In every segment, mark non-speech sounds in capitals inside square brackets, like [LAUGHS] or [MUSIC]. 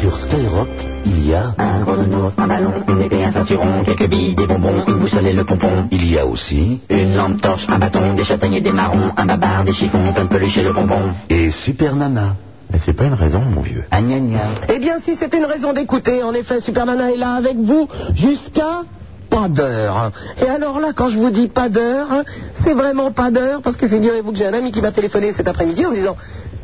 Sur Skyrock, il y a... Un chrononos, un ballon, une épée, un ceinturon, quelques billes, des bonbons, une boussole et le pompon. Il y a aussi... Une lampe torche, un bâton, des châtaigniers, des marrons, un babar, des chiffons, plein de peluches et le bonbon. Et Super Nana. Mais c'est pas une raison, mon vieux. Ah, gna, gna. Eh bien, si c'est une raison d'écouter, en effet, Super Nana est là avec vous jusqu'à pas d'heure. Et alors là, quand je vous dis pas d'heure, c'est vraiment pas d'heure, parce que figurez-vous que j'ai un ami qui m'a téléphoné cet après-midi en me disant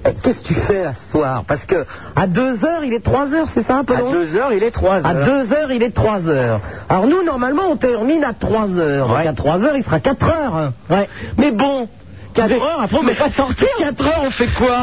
Eh, Qu'est-ce que tu fais là ce soir Parce que à 2 heures, il est 3 heures, c'est ça un peu À long 2 heures, il est 3 À heures. 2 heures, il est 3 heures. Alors nous, normalement, on termine à 3 heures. Donc à 3 heures, il sera 4 heures. Ouais. Mais bon. 4 heures, après on ne peut pas sortir. 4 heures, on fait [LAUGHS] quoi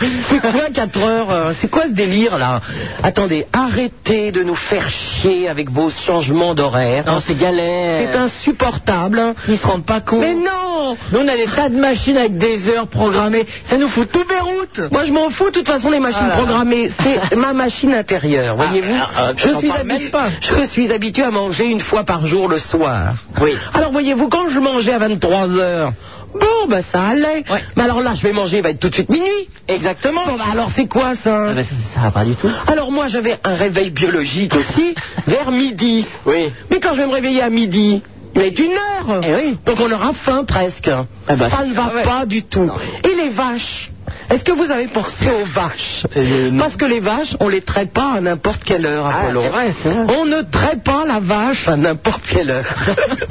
C'est quoi 4 heures euh, C'est quoi ce délire là Attendez, arrêtez de nous faire chier avec vos changements d'horaire. Non, c'est galère. C'est insupportable. Ils se rendent pas compte. Mais non Nous on a des tas de machines avec des heures programmées. Ça nous fout tout Beyrouth. Moi je m'en fous de toute façon les machines programmées. C'est ma machine intérieure, voyez-vous. ah, ah, je, t'en suis parles habi- même pas. je suis habitué à manger une fois par jour le soir. Oui. Alors voyez-vous, quand je mangeais à 23 heures, bon, ben ça allait. Ouais. Mais alors là, je vais manger, il va être tout de suite minuit. Exactement. Bon, ben alors c'est quoi ça Ah, mais ça, ça va pas du tout. Alors moi, j'avais un réveil biologique [LAUGHS] aussi, vers midi. Oui. Mais quand je vais me réveiller à midi, il va être une heure. Eh oui. Donc on aura faim presque. Ah bah, ça c'est- ne va ah ouais. pas du tout. Et les vaches est-ce que vous avez pensé aux vaches Euh, non. Parce que les vaches, on les traite pas à n'importe quelle heure, Ah, Apollon. c'est vrai, c'est vrai. On ne traite pas la vache à n'importe quelle heure. [LAUGHS]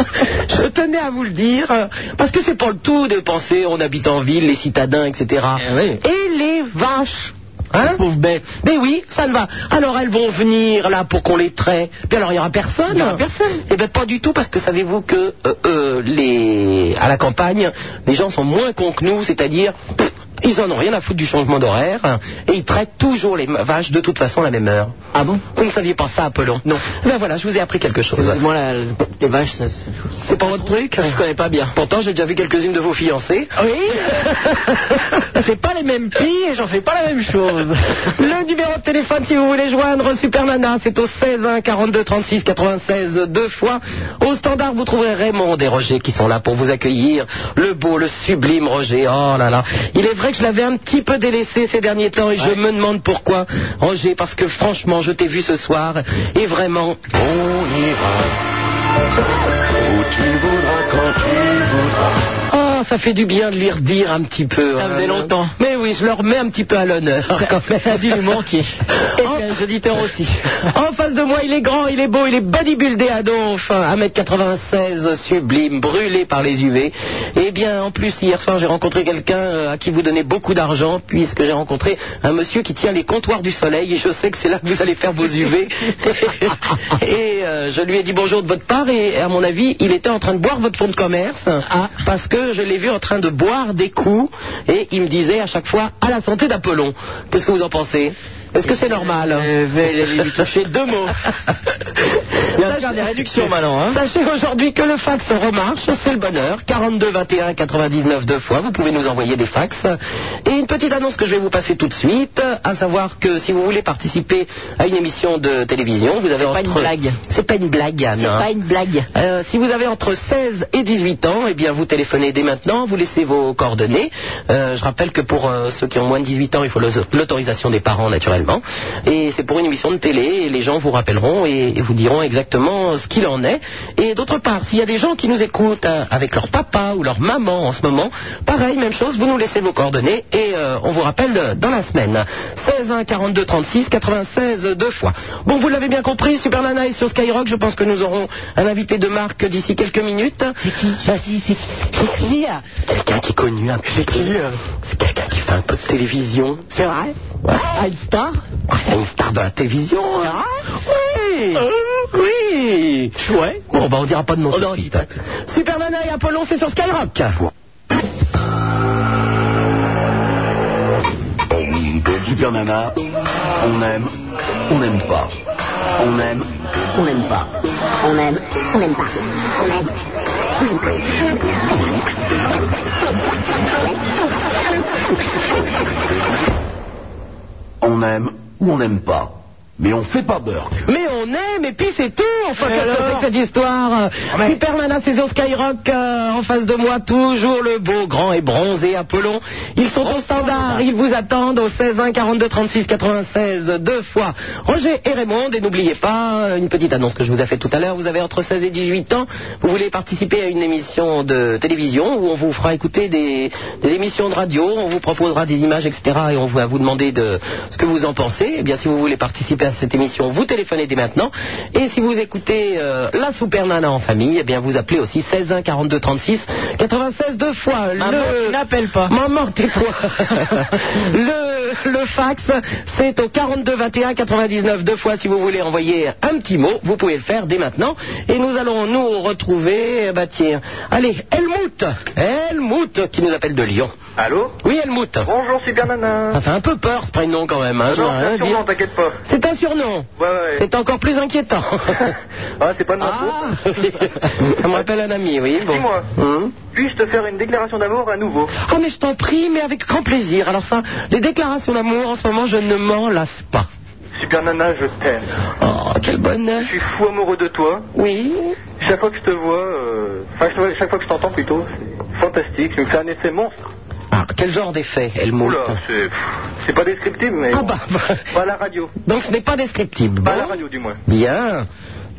Je tenais à vous le dire, euh, parce que c'est pour le tout de penser, on habite en ville, les citadins, etc. Eh oui. Et les vaches Hein Pauvre bête. mais oui, ça ne va. Alors elles vont venir là pour qu'on les traite. Puis alors il n'y aura personne. Il y aura personne. Eh bien pas du tout parce que savez-vous que euh, euh, les... à la campagne, les gens sont moins cons que nous, c'est-à-dire pff, ils en ont rien à foutre du changement d'horaire hein, et ils traitent toujours les vaches de toute façon à la même heure. Ah bon Vous ne saviez pas ça, Apollon Non. Ben voilà, je vous ai appris quelque chose. Moi, la- les vaches, ça, c'est- C'est pas votre truc je connais pas bien. Pourtant, j'ai déjà vu quelques-unes de vos fiancées. Oui [LAUGHS] C'est pas les mêmes filles et j'en fais pas la même chose. Le numéro de téléphone, si vous voulez joindre Supermana, c'est au 16 1 42 36 96 deux fois. Au standard, vous trouverez Raymond et Roger qui sont là pour vous accueillir. Le beau, le sublime Roger. Oh là là. Il est vrai que je l'avais un petit peu délaissé ces derniers temps et je me demande pourquoi. Roger, parce que franchement, je t'ai vu ce soir et vraiment, On ira où tu voudras, quand tu voudras. Ah, ça fait du bien de lui redire un petit peu. Ça hein. faisait longtemps. Mais oui, je le remets un petit peu à l'honneur. quand même. Ça a dû lui manquer. Et En- les auditeurs aussi. En face de moi, il est grand, il est beau, il est bodybuildé à donf, 1m96, sublime, brûlé par les UV. Eh bien, en plus, hier soir, j'ai rencontré quelqu'un euh, à qui vous donnez beaucoup d'argent, puisque j'ai rencontré un monsieur qui tient les comptoirs du soleil, et je sais que c'est là que vous allez faire [LAUGHS] vos UV. et euh, je lui ai dit bonjour de votre part, et à mon avis, il était en train de boire votre fonds de commerce, Ah. parce que je l'ai vu en train de boire des coups, et il me disait à chaque fois, à la santé d'Apollon. Qu'est-ce que vous en pensez est-ce que c'est normal Je vais lui toucher deux [LAUGHS] mots. Il va faire des réductions maintenant, hein. Sachez aujourd'hui que le fax remarche, c'est le bonheur. 42 21 99 deux fois, vous pouvez nous envoyer des fax. Et une petite annonce que je vais vous passer tout de suite, à savoir que si vous voulez participer à une émission de télévision, vous avez C'est pas entre... une blague. C'est pas une blague, Anne. C'est hein. pas une blague. Euh, si vous avez entre 16 et 18 ans, eh bien vous téléphonez dès maintenant, vous laissez vos coordonnées. Euh, je rappelle que pour euh, ceux qui ont moins de 18 ans, il faut l'auso- l'autorisation des parents naturellement. Et c'est pour une émission de télé, et les gens vous rappelleront et, et vous diront exactement ce qu'il en est. Et d'autre part, s'il y a des gens qui nous écoutent euh, avec leur papa ou leur maman en ce moment, pareil, même chose, vous nous laissez vos coordonnées et euh, on vous rappelle euh, dans la semaine. 16 1 42 36 96 deux fois. Bon, vous l'avez bien compris, Super Nana est sur Skyrock. Je pense que nous aurons un invité de marque d'ici quelques minutes. C'est qui C'est qui C'est quelqu'un qui est connu un peu. C'est qui C'est quelqu'un qui fait un peu de télévision. C'est vrai Une star C'est une star de la télévision. hein. Oui Euh, Oui Chouette. Bon, bah on dira pas de nom Oh, tout de non, on dit suite. pas. Super Nana et Apollon, c'est sur Skyrock. Super Nana, on aime, on n'aime pas. On aime, on n'aime pas. On aime, on n'aime pas. On aime. On aime ou on n'aime pas. Mais on fait pas beurre. Mais on aime même, et puis c'est tout. Enfin, Mais qu'est-ce que alors Ah, c'est que cette histoire Mais- Superman c'est sur Skyrock, euh, en face de moi, toujours le beau, grand et bronzé Apollon. Ils sont au standard, ils vous attendent au 16 1 42 36 96, deux fois. Roger et Raymond, et n'oubliez pas, euh, une petite annonce que je vous ai faite tout à l'heure, vous avez entre 16 et 18 ans, vous voulez participer à une émission de télévision où on vous fera écouter des, des émissions de radio, on vous proposera des images, etc. Et on va vous demander de ce que vous en pensez. Eh bien, si vous voulez participer à cette émission, vous téléphonez dès maintenant. Et si vous écoutez euh, la Super Nana en famille, eh bien, vous appelez aussi 16 1 42 36 96 deux fois. Maman, tu n'appelles pas. Maman, [LAUGHS] tais-toi. le, le fax, c'est au 42 21 99 deux fois. Si vous voulez envoyer un petit mot, vous pouvez le faire dès maintenant. Et nous allons nous retrouver. eh ben, tiens. Allez, Helmut. Helmut qui nous appelle de Lyon. Allô Oui, Helmut. Bonjour Super Nana. Ça fait un peu peur ce prénom quand même. hein, je dois rien Non, dire. non, t'inquiète pas. C'est un surnom. Ouais, ouais. ouais. C'est encore plus inquiétant. [LAUGHS] Ah, c'est pas de ma ah, faute. oui. [LAUGHS] ça me rappelle un ami, oui. Bon. Dis-moi. Hum. Puis-je te faire une déclaration d'amour à nouveau Ah mais je t'en prie, mais avec grand plaisir. Alors ça, les déclarations d'amour, en ce moment, je ne m'en lasse pas. Super Nana, je t'aime. Oh, quel bonheur. Je suis fou amoureux de toi. Oui. Chaque fois que je te vois, euh, enfin je te vois- chaque fois que je t'entends plutôt, c'est fantastique. Tu me fais un effet monstre. Ah, quel genre d'effet, Helmut Oula, c'est pff, c'est pas descriptible, mais Ah bah, bah. pas à la radio, Donc ce n'est pas descriptible. pas à Bon. la radio du moins. Bien.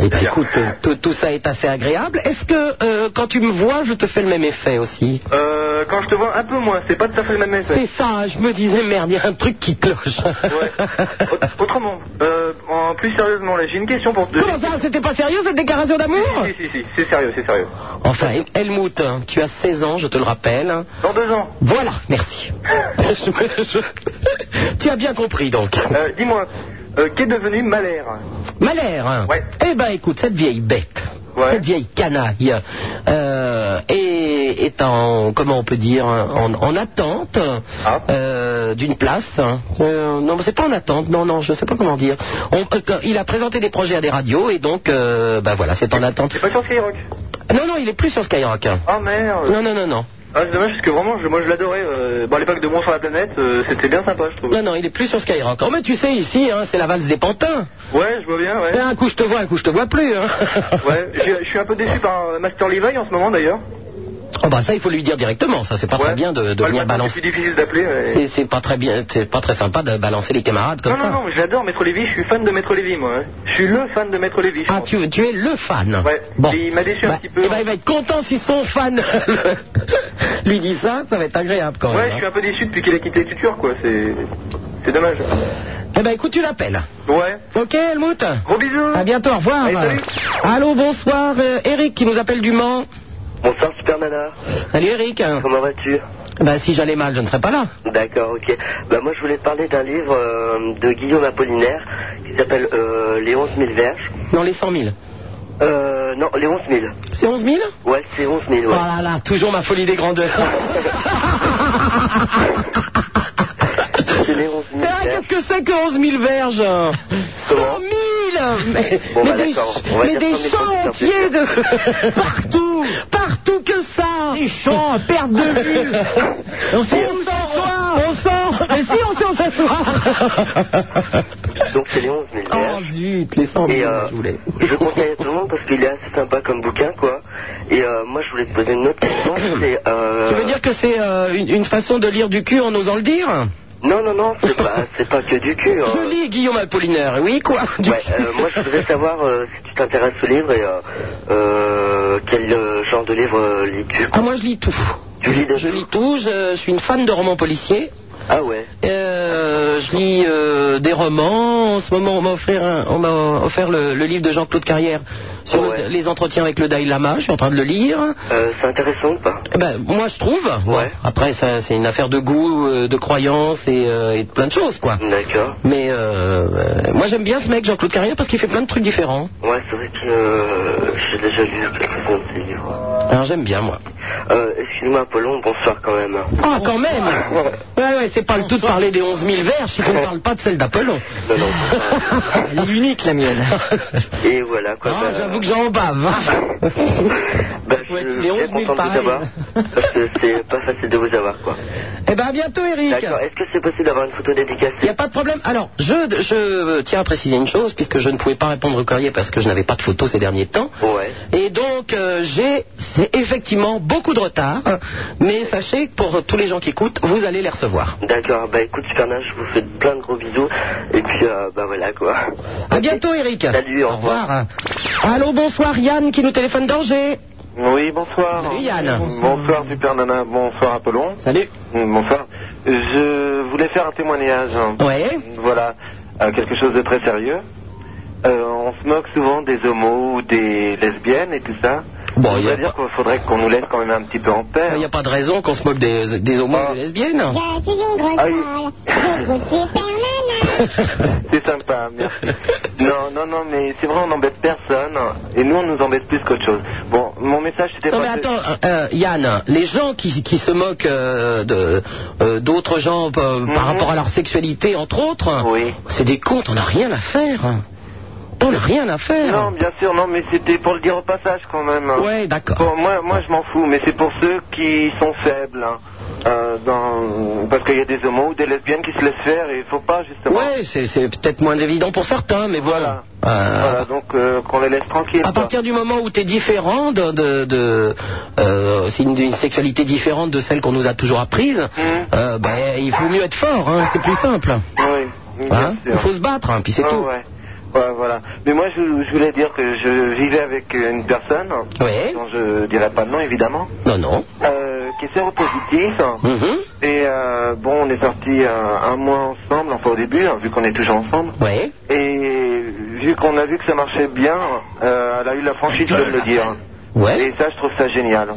Eh bien, Bah, Bien. écoute, euh, tout, tout ça est assez agréable. Est-ce que euh, quand tu me vois, je te fais le même effet aussi Euh, quand je te vois un peu moins, c'est pas tout à fait le même effet. C'est ça, hein, je me disais, merde, il y a un truc qui cloche. Ouais. Autre- Autrement, euh, en plus sérieusement, là, j'ai une question pour te. Comment ça, c'était pas sérieux cette déclaration d'amour Si si si, c'est sérieux, c'est sérieux. Enfin, Helmut, hein, tu as 16 ans, je te le rappelle. Dans deux ans, Voilà, merci. [LAUGHS] Je me- je- Tu as bien compris donc. euh, dis-moi, euh, qu'est devenu Malher Malheur. hein. Ouais. Eh ben écoute, cette vieille bête, Ouais. cette vieille canaille, euh, est, est en, comment on peut dire, en, en attente Ah. euh, d'une place. Euh, non, mais c'est pas en attente, non, non, je sais pas comment dire. On- euh, quand- il a présenté des projets à des radios et donc, euh, ben voilà, c'est en attente. C'est pas sur Skyrock. Non, non, il est plus sur Skyrock. hein. Ah merde. Non, non, non, non. Ah, c'est dommage parce que vraiment, je- moi je l'adorais. Euh, bon, à l'époque de Bon sur la planète, euh, c'était bien sympa, je trouve. Non, non, il est plus sur Skyrock. Oh, mais tu sais, ici, hein, c'est la valse des pantins. Ouais, je vois bien, ouais. C'est un coup je te vois, un coup je te vois plus. Hein. Ouais, je je suis un peu déçu par euh, Master Levi en ce moment d'ailleurs. [LAUGHS] Oh bah ça, il faut lui dire directement. Ça, c'est pas très Ouais. bien de, de Bah, le venir matin, balancer. C'est plus difficile d'appeler. ouais. C'est c'est pas très bien, c'est pas très sympa de balancer les camarades comme Non, ça. non, non, mais j'adore Maître Lévy, je suis fan de Maître Lévy, moi. hein. Je suis le fan de Maître Lévy. je Ah, pense. tu, tu es le fan. Ouais. Et il m'a déçu un Bah, petit peu. eh ben, il va être content si son fan [LAUGHS] lui dit ça. Ça va être agréable quand même. Ouais, je hein. suis un peu déçu depuis qu'il a quitté Tutur, quoi. C'est. C'est dommage. Eh ben, écoute, tu l'appelles. Ouais. Ok, Helmut. Gros bisous. À bientôt. Au revoir. Allez, salut. Allô, bonsoir, euh, Eric qui nous appelle du Mans. Bonsoir Super Nana, Salut, Eric. comment vas-tu Bah, si j'allais mal, je ne serais pas là. D'accord, ok. Bah moi je voulais te parler d'un livre euh, de Guillaume Apollinaire qui s'appelle euh, Les 11 000 verges. Non, les 100 000. Euh, non, Les 11 000. C'est 11 000 Ouais, c'est 11 000, ouais. Voilà, là, toujours ma folie des grandeurs. C'est les 11 C'est 000 vrai, verges. qu'est-ce que c'est que 11 000 verges 100 Comment 000 Mais, [LAUGHS] Bon, bah, mais des, d'accord, on va mais dire des 100 000 champs pour faire entiers de... [LAUGHS] partout Partout que ça Des champs à perte de vue [LAUGHS] On sait où s'asseoir On sort Mais si, on sait où [LAUGHS] s'asseoir Donc c'est les 11 000 Oh verges. zut, les 100 000, Et euh, je voulais... je conseille à tout le monde parce qu'il est assez sympa comme bouquin, quoi. Et euh, moi je voulais te poser une [COUGHS] autre question, c'est... Euh... Tu veux dire que c'est euh, une, une façon de lire du cul en osant le dire Non, non, non, c'est pas, c'est pas que du cul. hein. Je lis Guillaume Apollinaire, oui, quoi Du Ouais, cul. euh, moi je voudrais savoir euh, si tu t'intéresses au livre et euh, euh, quel euh, genre de livre euh, lis-tu Ah, moi, je lis tout. Tu lis de Je tout lis tout. Je, je suis une fan de romans policiers. Ah ouais Euh, je lis euh, des romans. En ce moment, on m'a offert, un- on m'a offert le, le livre de Jean-Claude Carrière sur le- Ouais. les entretiens avec le Dalai Lama. Je suis en train de le lire. Euh, C'est intéressant ou pas Eh ben, moi, je trouve. Ouais. Après, ça, c'est une affaire de goût, euh, de croyance et, euh, et de plein de choses, quoi. D'accord. Mais euh, euh, moi, j'aime bien ce mec, Jean-Claude Carrière, parce qu'il fait plein de trucs différents. Ouais, c'est vrai que euh, j'ai déjà lu quelques-uns de ces livres. Alors, j'aime bien, moi. Euh, Excuse-moi Apollon, bonsoir quand même. Ah, quand même Ouais, ouais, c'est pas le tout de parler des 11 000 verres si on ne [LAUGHS] parle pas de celle d'Apollon. Non, non. [LAUGHS] Elle est unique, la mienne. Et voilà quoi. Ah, bah, j'avoue que j'en bave. [LAUGHS] Ben, je Ouais, suis les 11 000 bien content de vous pareil. avoir, parce que c'est pas facile de vous avoir, quoi. Eh ben, à bientôt, Eric. D'accord, est-ce que c'est possible d'avoir une photo Il n'y dédicacée a pas de problème. Alors, je, je tiens à préciser une chose, puisque je ne pouvais pas répondre au courrier parce que je n'avais pas de photos ces derniers temps. Ouais. Et donc, euh, j'ai c'est effectivement beaucoup de retard, mais sachez que pour tous les gens qui écoutent, vous allez les recevoir. D'accord, bah écoute, Fernand, je vous fais plein de gros bisous, et puis, euh, bah voilà, quoi. À bientôt, Eric. Salut, au revoir. Allô, bonsoir, Yann qui nous téléphone d'Angers. Oui, bonsoir. Salut, Yann. Bonsoir, Super Nana. Bonsoir, Apollon. Salut. Mm, Bonsoir. Je voulais faire un témoignage. hein. Ouais. Voilà, euh, quelque chose de très sérieux. Euh, on se moque souvent des homos ou des lesbiennes et tout ça. Bon, il y a C'est-à-dire qu'il faudrait qu'on nous laisse quand même un petit peu en paix. hein. Il n'y a pas de raison qu'on se moque des, des homos Ah. et des lesbiennes. Ah oui. C'est sympa, [LAUGHS] merci. Non, non, non, mais c'est vrai, on n'embête personne. hein. Et nous, on nous embête plus qu'autre chose. Bon, mon message, c'était Non mais pas- attends, euh, euh, Yann, les gens qui, qui se moquent euh, de, euh, d'autres gens euh, par rapport à leur sexualité, entre autres, Mhm. Oui. c'est des comptes, on n'a rien à faire. On n'a rien à faire. Non, bien sûr, non, mais c'était pour le dire au passage quand même. hein. Ouais, d'accord. Bon, moi, moi, je m'en fous, mais c'est pour ceux qui sont faibles. hein. Euh, dans- Parce qu'il y a des homos ou des lesbiennes qui se laissent faire et il faut pas justement. Ouais, c'est, c'est peut-être moins évident pour certains, mais voilà. Voilà. Euh, Voilà, donc euh, qu'on les laisse tranquilles. À quoi. partir du moment où tu es différent de, de- de- euh, c'est une, d'une sexualité différente de celle qu'on nous a toujours apprise, Mhm. euh, ben, il faut mieux être fort, hein, c'est plus simple. Oui, bien Hein sûr. il faut se battre, hein, puis c'est Ah, tout. ouais. Ouais, voilà. Mais moi, je, je voulais dire que je vivais avec une personne, Ouais. dont je dirais pas le nom évidemment, Non, non. euh, qui est séropositive. Mhm. Et euh, bon, on est sortis euh, un mois ensemble, enfin au début, hein, vu qu'on est toujours ensemble. Ouais. Et vu qu'on a vu que ça marchait bien, euh, elle a eu la franchise de me le dire. Ouais. Et ça, je trouve ça génial.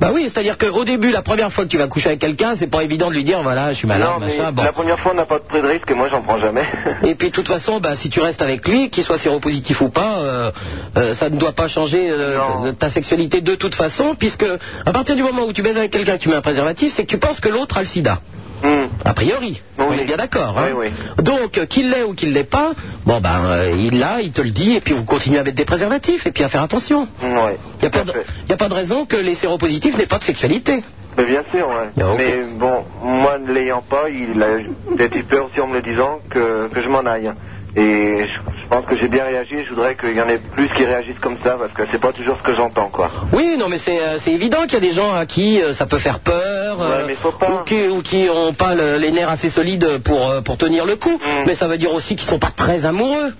Bah oui, c'est-à-dire qu'au début, la première fois que tu vas coucher avec quelqu'un, c'est pas évident de lui dire, voilà, je suis malade, non, mais machin, bah bon. la première fois, on n'a pas de prix de risque et moi, j'en prends jamais. [LAUGHS] Et puis de toute façon, bah, si tu restes avec lui, qu'il soit séropositif ou pas, euh, euh, ça ne doit pas changer euh, Non. ta ta sexualité de toute façon, puisque à partir du moment où tu baises avec quelqu'un et que tu mets un préservatif, c'est que tu penses que l'autre a le sida. Mm. Hmm. A priori, Oui. on est bien d'accord. hein. Oui, Donc, euh, qu'il l'ait ou qu'il l'ait pas, bon ben, euh, il l'a, il te le dit, et puis vous continuez à mettre des préservatifs, et puis à faire attention. Ouais. Il n'y a, pas de- Parfait. y a pas de raison que les séropositifs n'aient pas de sexualité. Mais bien sûr, ouais. Ah, ok. Mais bon, moi ne l'ayant pas, il a des petites peurs aussi en me le disant que, que je m'en aille. Et je, je pense que j'ai bien réagi et je voudrais qu'il y en ait plus qui réagissent comme ça parce que c'est pas toujours ce que j'entends, quoi. Oui, non, mais c'est euh, c'est évident qu'il y a des gens à qui euh, ça peut faire peur, euh, Ouais, mais faut pas. ou qui ou qui ont pas le- les nerfs assez solides pour euh, pour tenir le coup. Mm. Mais ça veut dire aussi qu'ils sont pas très amoureux.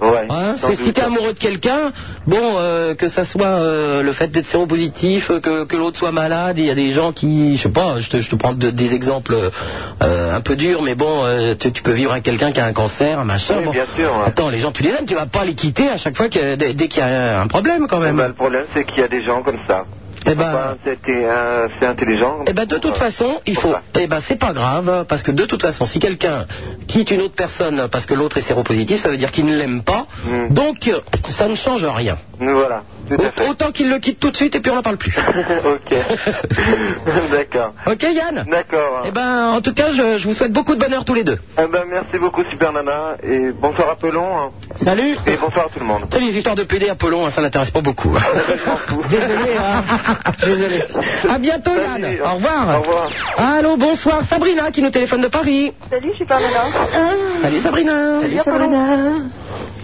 Ouais. Hein, sans c'est si doute. t'es amoureux de quelqu'un, bon, euh, que ça soit euh, le fait d'être séropositif, euh, que, que l'autre soit malade, il y a des gens qui, je sais pas, je te, je te prends de- des exemples euh, un peu durs, mais bon, euh, tu, tu peux vivre avec quelqu'un qui a un cancer, un machin. Oui, bon. bien sûr, ouais. Attends, les gens, tu les aimes, tu vas pas les quitter à chaque fois que, dès, dès qu'il y a un problème quand Eh même. ben, le problème, c'est qu'il y a des gens comme ça. Eh ben- Enfin, c'était, euh, c'est intelligent. Eh ben de toute façon, il faut. Pourquoi Eh ben c'est pas grave parce que de toute façon, si quelqu'un quitte une autre personne parce que l'autre est séropositif, ça veut dire qu'il ne l'aime pas. Mm. Donc euh, ça ne change rien. Voilà, tout à [LAUGHS] fait. Autant qu'il le quitte tout de suite et puis on n'en parle plus. [LAUGHS] ok. D'accord. ok Yann. D'accord. Eh ben en tout cas, je, je vous souhaite beaucoup de bonheur tous les deux. Eh ben, merci beaucoup, Super Nana. Et bonsoir, Apollon. hein. Salut. Et bonsoir à tout le monde. C'est les histoires de PD Apollon, hein, ça n'intéresse pas [LAUGHS] beaucoup. Désolé, hein. Désolé. À bientôt, Yann. Salut. Au revoir. Au revoir. Allô, bonsoir. Sabrina qui nous téléphone de Paris. Ah. Salut, Super Nana. Salut Sabrina. Salut Sabrina.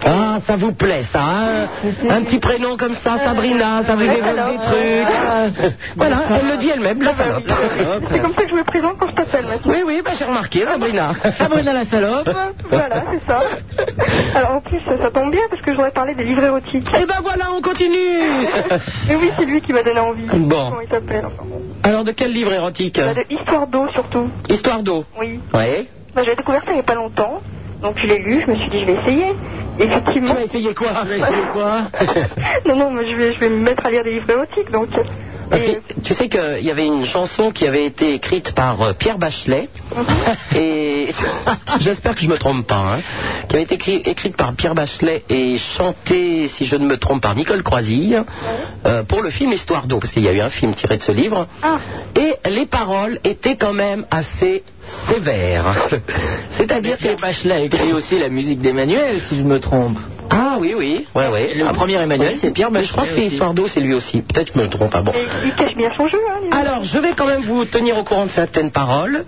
Ah, ça vous plaît, ça hein Un petit prénom comme ça, Sabrina, ça vous évoque des trucs. Voilà, elle le dit elle-même, la salope. Ah, bah C'est comme ça que je me présente quand je t'appelle maintenant. Oui, oui, bah, j'ai remarqué, Sabrina. Sabrina la [LAUGHS] salope. Voilà, c'est ça. Alors en plus, ça, ça tombe bien parce que j'aurais parlé des livres érotiques. Et ben voilà, on continue. Mais oui, c'est lui qui m'a donné envie. Bon. Comment il s'appelle Alors, de quel livre érotique Bah, de Histoire d'eau surtout. Histoire d'eau. Oui. Oui. Bah, J'ai découvert ça il n'y a pas longtemps. Donc je l'ai lu, je me suis dit je vais essayer. Tu Effectivement. vas essayer quoi Tu vas essayer quoi [LAUGHS] non, non, mais je vais, je vais me mettre à lire des livres érotiques donc. [LAUGHS] Parce Et- que tu sais qu'il y avait une chanson qui avait été écrite par euh, Pierre Bachelet, et [LAUGHS] j'espère que je me trompe pas, hein, qui avait été écri- écrite par Pierre Bachelet et chantée, si je ne me trompe, par Nicole Croisille, euh, pour le film Histoire d'eau, parce qu'il y a eu un film tiré de ce livre. Et les paroles étaient quand même assez [LAUGHS] sévères. C'est-à-dire que Bachelet a écrit aussi la musique d'Emmanuel, si je me trompe. Ah Ah oui, oui. Ouais, ouais. Ah Le premier Emmanuel, c'est Pierre Mais je crois que c'est Bachelet Histoire d'eau, c'est lui aussi. Peut-être que je me trompe. Ah bon. Et il cache bien son jeu, hein. lui. Alors, je vais quand même vous tenir au courant de certaines paroles.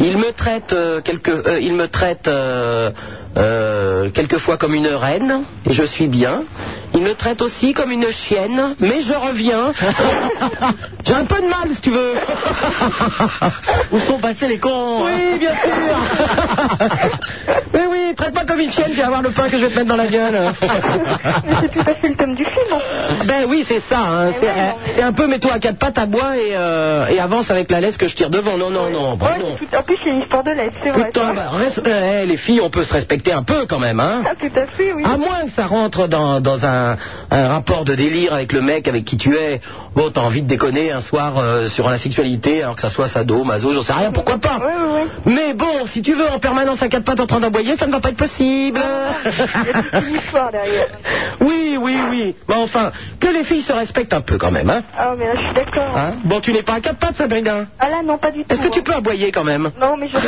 Il me traite euh, quelque, euh, il me traite euh, euh, quelquefois comme une reine, et je suis bien. Il me traite aussi comme une chienne, mais [LAUGHS] je reviens. J'ai un peu de mal, si tu veux. Où sont passés les cons hein Oui, bien [LAUGHS] sûr. Mais oui, traite-moi comme une chienne, tu vas avoir le pain que je vais te mettre dans la gueule. Ah. Mais c'est plus facile comme du film. hein. Ben oui, c'est ça. hein. C'est Eh ouais, non, mais- c'est un peu mets-toi à quatre pattes à bois et, euh, et avance avec la laisse que je tire devant. Non, non, non. bon, Ouais, non. tout- En plus, il y a une histoire de lettres, c'est vrai. Putain, bah, res- euh, eh, les filles, on peut se respecter un peu quand même, hein. Ah, tout à fait, oui. À moins que ça rentre dans, dans un, un rapport de délire avec le mec avec qui tu es. Bon, t'as envie de déconner un soir euh, sur la sexualité, alors que ça soit sado, maso, j'en sais rien, pourquoi pas. Ouais, ouais, ouais. Mais bon, si tu veux en permanence à quatre pattes en train d'aboyer, ça ne va pas être possible. [LAUGHS] Il y a toute une histoire derrière. [LAUGHS] oui, oui, oui. Mais enfin, que les filles se respectent un peu quand même, hein. Ah, mais là, je suis d'accord. Hein bon, tu n'es pas à quatre pattes, Sabrina. Ah là, non, pas du tout. Est-ce que tu hein. peux aboyer quand même Non, mais je [LAUGHS]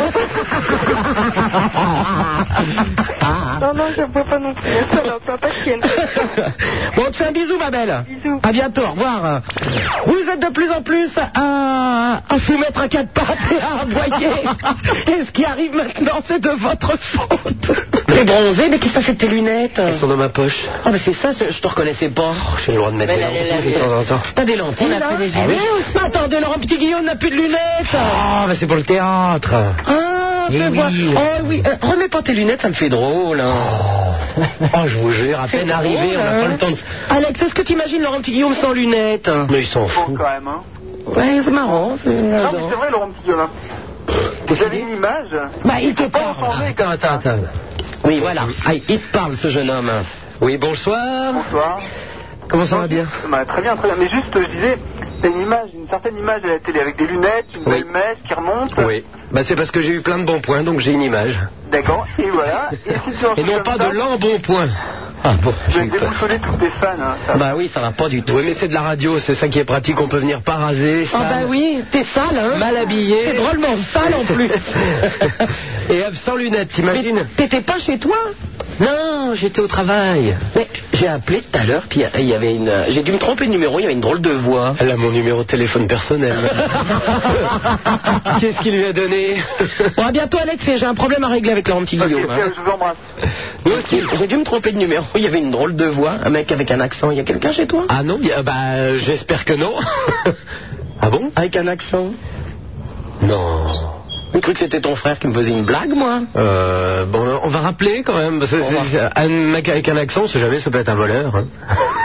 Ah. Non, non, je ne bois pas non plus. Ça va, pas, pas chienne. [LAUGHS] Bon, on te fait un bisou, ma belle. Bisous. À bientôt, au revoir. Vous êtes de plus en plus à, à vous mettre à quatre pattes et à [LAUGHS] aboyer. et ce qui arrive maintenant, c'est de votre faute. T'es bronzé, mais qu'est-ce que t'as fait de tes lunettes Ils sont dans ma poche. Ah, mais c'est ça, ce- je te reconnaissais pas. Oh, j'ai le droit de mettre Mais des là, là, lentilles de là, temps en temps. T'as des lentilles, On a là fait des Ah lunettes. oui, aussi. Ah, Attendez, Laurent Petit Guillaume n'a plus de lunettes. Oh, mais c'est pour le théâtre. Ah, Mais mais oui. voilà. Oh oui, euh, remets pas tes lunettes, ça me fait drôle. hein. Oh, je vous jure, à peine drôle, arrivé, on n'a pas hein. le temps de... Alex, est-ce que t'imagines Laurent Petit Guillaume sans lunettes Mais ils s'en Bon, foutent. quand même, hein. Ouais, c'est marrant. c'est- Ah, Non, mais c'est vrai, Laurent Petit Guillaume. Vous avez une image Bah, il te parle. Attendez, Attends, attends, attends. Oui, voilà. Ah, il te parle, ce jeune homme. Oui, bonsoir. Bonsoir. Comment ça va bien Bah, très bien, très bien. Mais juste, je disais, t'as une image, une certaine image à la télé avec des lunettes, une Oui. belle mèche qui remonte. Oui. Bah, c'est parce que j'ai eu plein de bons points, donc j'ai une image. D'accord, [LAUGHS] et voilà. Et si tu en Et non comme pas ça, de l'embonpoint. Ah bon. Je vais déboussoler tous tes fans. Hein, ça. Bah oui, ça va pas du tout. Oui, mais c'est de la radio, c'est ça qui est pratique, on peut venir pas raser. Ah bah sale. oui, t'es sale, hein Mal habillé. T'es drôlement sale en plus. [LAUGHS] Et absent lunettes, Mais t'imagines T'étais pas chez toi Non, j'étais au travail. Mais j'ai appelé tout à l'heure, puis il y avait une. J'ai dû me tromper de numéro, il y avait une drôle de voix. Elle a mon numéro de téléphone [LAUGHS] personnel. Qu'est-ce qu'il lui a donné Bon, à bientôt, Alex, et j'ai un problème à régler avec Laurent Petit Ok, Guillaume. hein. ok, je vous embrasse. Moi aussi, j'ai dû me tromper de numéro, il y avait une drôle de voix, un mec avec un accent. Il y a quelqu'un chez toi Ah non, y a- bah j'espère que [LAUGHS] non. ah bon Avec un accent Non. J'ai cru que c'était ton frère qui me faisait une blague, moi. Euh, bon, on va rappeler quand même. parce que c'est- va. c'est- un mec avec un accent, on sait jamais, ça peut être un voleur. hein. [LAUGHS]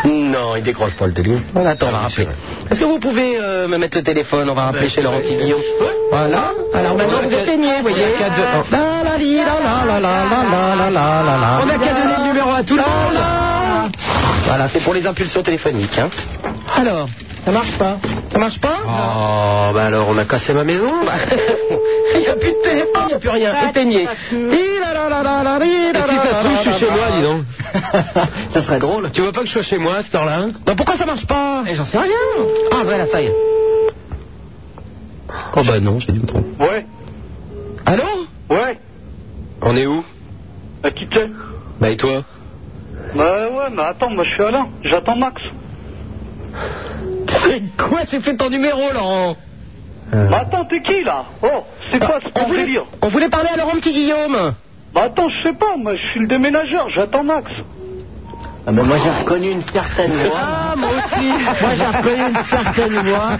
Non, il décroche pas le téléphone. On attend, on va Ah, rappeler. bien Est-ce que vous pouvez euh, me mettre le téléphone On va rappeler chez Laurent Petit Euh, Guillaume. Voilà. Alors maintenant, Ouais, vous quatre- éteignez, vous voyez. ouais, quatre- oh. La, la, li, la, la, la, la, la, la, la, la, la. On a qu'à donner le numéro à tout le monde. La, la. Voilà, c'est pour les impulsions téléphoniques. hein. Alors, ça marche pas. Ça marche pas Oh, bah alors on a cassé ma maison. [LAUGHS] Il n'y a plus de téléphone, il n'y a plus rien. Éteignez. Li, la, la, la, la, la, li, Et la, si la, ça se trouve, je la, suis chez la, moi, la. dis donc. [LAUGHS] Ça serait drôle. Tu veux pas que je sois chez moi à cette heure-là hein Eh, Bah, pourquoi ça marche pas J'en sais rien. Ah, voilà, ça y est. Oh bah non, j'ai dû me tromper. Ouais, Allô ouais, On est où à Kitchen. Bah et toi Bah ouais, mais attends, moi je suis Alain, j'attends Max. C'est quoi J'ai fait ton numéro, Laurent Euh. Bah attends, t'es qui là Oh, c'est Ah, quoi ce on, voulait, délire on voulait parler à Laurent Petit Guillaume. Bah attends, je sais pas, moi je suis le déménageur, j'attends Max. Ah, moi, j'ai reconnu une certaine voix. Ah, moi aussi Moi, j'ai reconnu une certaine voix.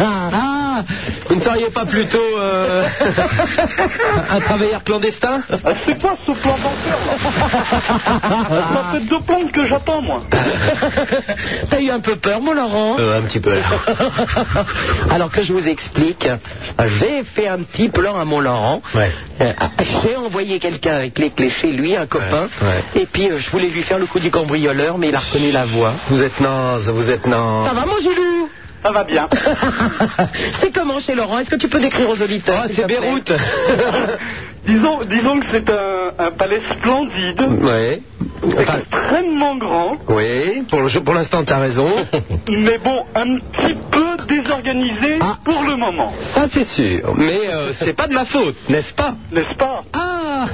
Ah Vous ne seriez pas plutôt euh, [LAUGHS] un travailleur clandestin Ah, c'est quoi ce plan bancaire là [LAUGHS] Ça fait deux plombes que j'attends moi. [LAUGHS] T'as eu un peu peur, mon Laurent Euh, Un petit peu. [LAUGHS] Alors que je vous explique, j'ai fait un petit plan à mon Laurent. Ouais. Euh, J'ai envoyé quelqu'un avec les clés chez lui, un copain. ouais. Et puis euh, je voulais lui faire le coup du cambrioleur, mais il a reconnu la voix. Vous êtes naze, vous êtes naze. Ça va, mon Gilou Ça va bien. [LAUGHS] C'est comment chez Laurent Est-ce que tu peux décrire aux auditeurs Ah, s'il c'est te plaît Beyrouth [LAUGHS] Disons, disons que c'est un, un palais splendide, Ouais. Enfin, extrêmement grand, oui, pour, le- pour l'instant, t'as raison. mais bon, un petit peu désorganisé Ah. pour le moment, Ça, c'est Ah sûr. Mais euh, c'est pas de ma faute, n'est-ce pas n'est-ce pas Ah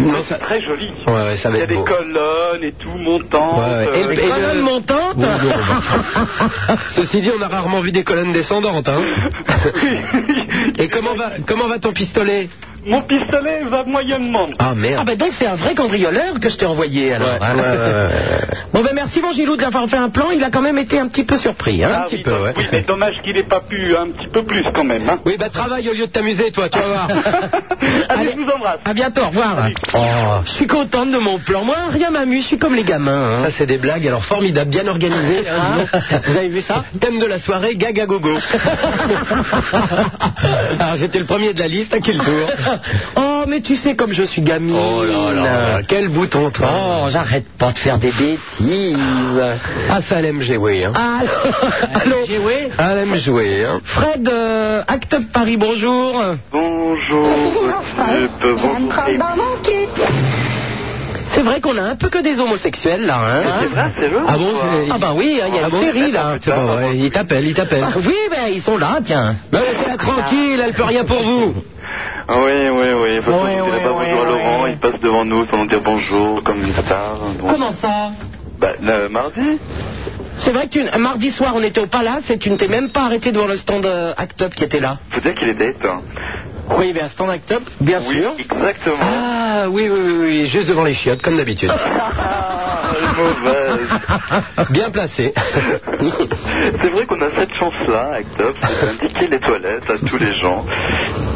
Non, c'est ça- très joli. Ouais, ouais, ça va Il y a être des beau. colonnes et tout, montantes. Ouais, ouais. Et euh, le- Les et le- colonnes montantes Oui, oui, on [LAUGHS] Ceci dit, on a rarement vu des colonnes descendantes. [LAUGHS] Hein. Et comment va, comment va ton pistolet Mon pistolet va moyennement. Ah merde. Ah ben donc c'est un vrai cambrioleur que je t'ai envoyé alors. Ouais, hein. ouais, ouais, ouais. Bon ben merci mon Gilou de l'avoir fait un plan, il a quand même été un petit peu surpris. Hein. Ah petit oui, peu, donc- ouais. Oui, mais dommage qu'il n'ait pas pu un petit peu plus quand même. hein. Oui, bah travaille au lieu de t'amuser, toi, tu vas voir. [LAUGHS] Allez, Allez. je vous embrasse. À bientôt, au revoir. Oh, je suis contente de mon plan. Moi, rien m'amuse, je suis comme les gamins. hein. Ah. Ça, c'est des blagues, alors formidables, bien organisées. hein, dis donc. Vous avez vu ça Thème de la soirée, gaga [LAUGHS] gogo. alors, j'étais le premier de la liste, à quel tour Oh, mais tu sais comme je suis gamine. Oh là là, quel bouton, toi Oh, j'arrête pas de faire des bêtises. Ah, ça, elle aime jouer, hein. Allô, allô Elle aime jouer, hein. Fred, euh, Act Up Paris, bonjour. Bonjour. euh, bonjour. Et- C'est vrai qu'on a un peu que des homosexuels là. Hein C'est vrai, c'est vrai. Ah bon, c'est- Ah bah oui, hein, il y a Ah une bon série là. C'est pas vrai, il t'appelle, il t'appelle. Ah oui, ben ils sont là, tiens. Bah, laissez-la tranquille, elle peut rien pour vous. Ah Oui, oui, oui. Faut Ouais, pas ouais, là-bas, ouais, bonjour à ouais. Laurent, il passe devant nous sans nous dire bonjour, comme une star. Bon. Comment ça Bah, le mardi C'est vrai que tu- un mardi soir, on était au palace et tu ne t'es même pas arrêté devant le stand euh, Act Up qui était là. Faut dire qu'il est date. hein. Oui, il y avait un stand Act Up, bien Oui, sûr. exactement. Ah, oui, oui, oui, oui, juste devant les chiottes, comme d'habitude. [LAUGHS] Ah, elle est mauvaise. Bien [LAUGHS] placé. [LAUGHS] c'est vrai qu'on a cette chance-là, avec Top, c'est d'indiquer les toilettes à tous les gens.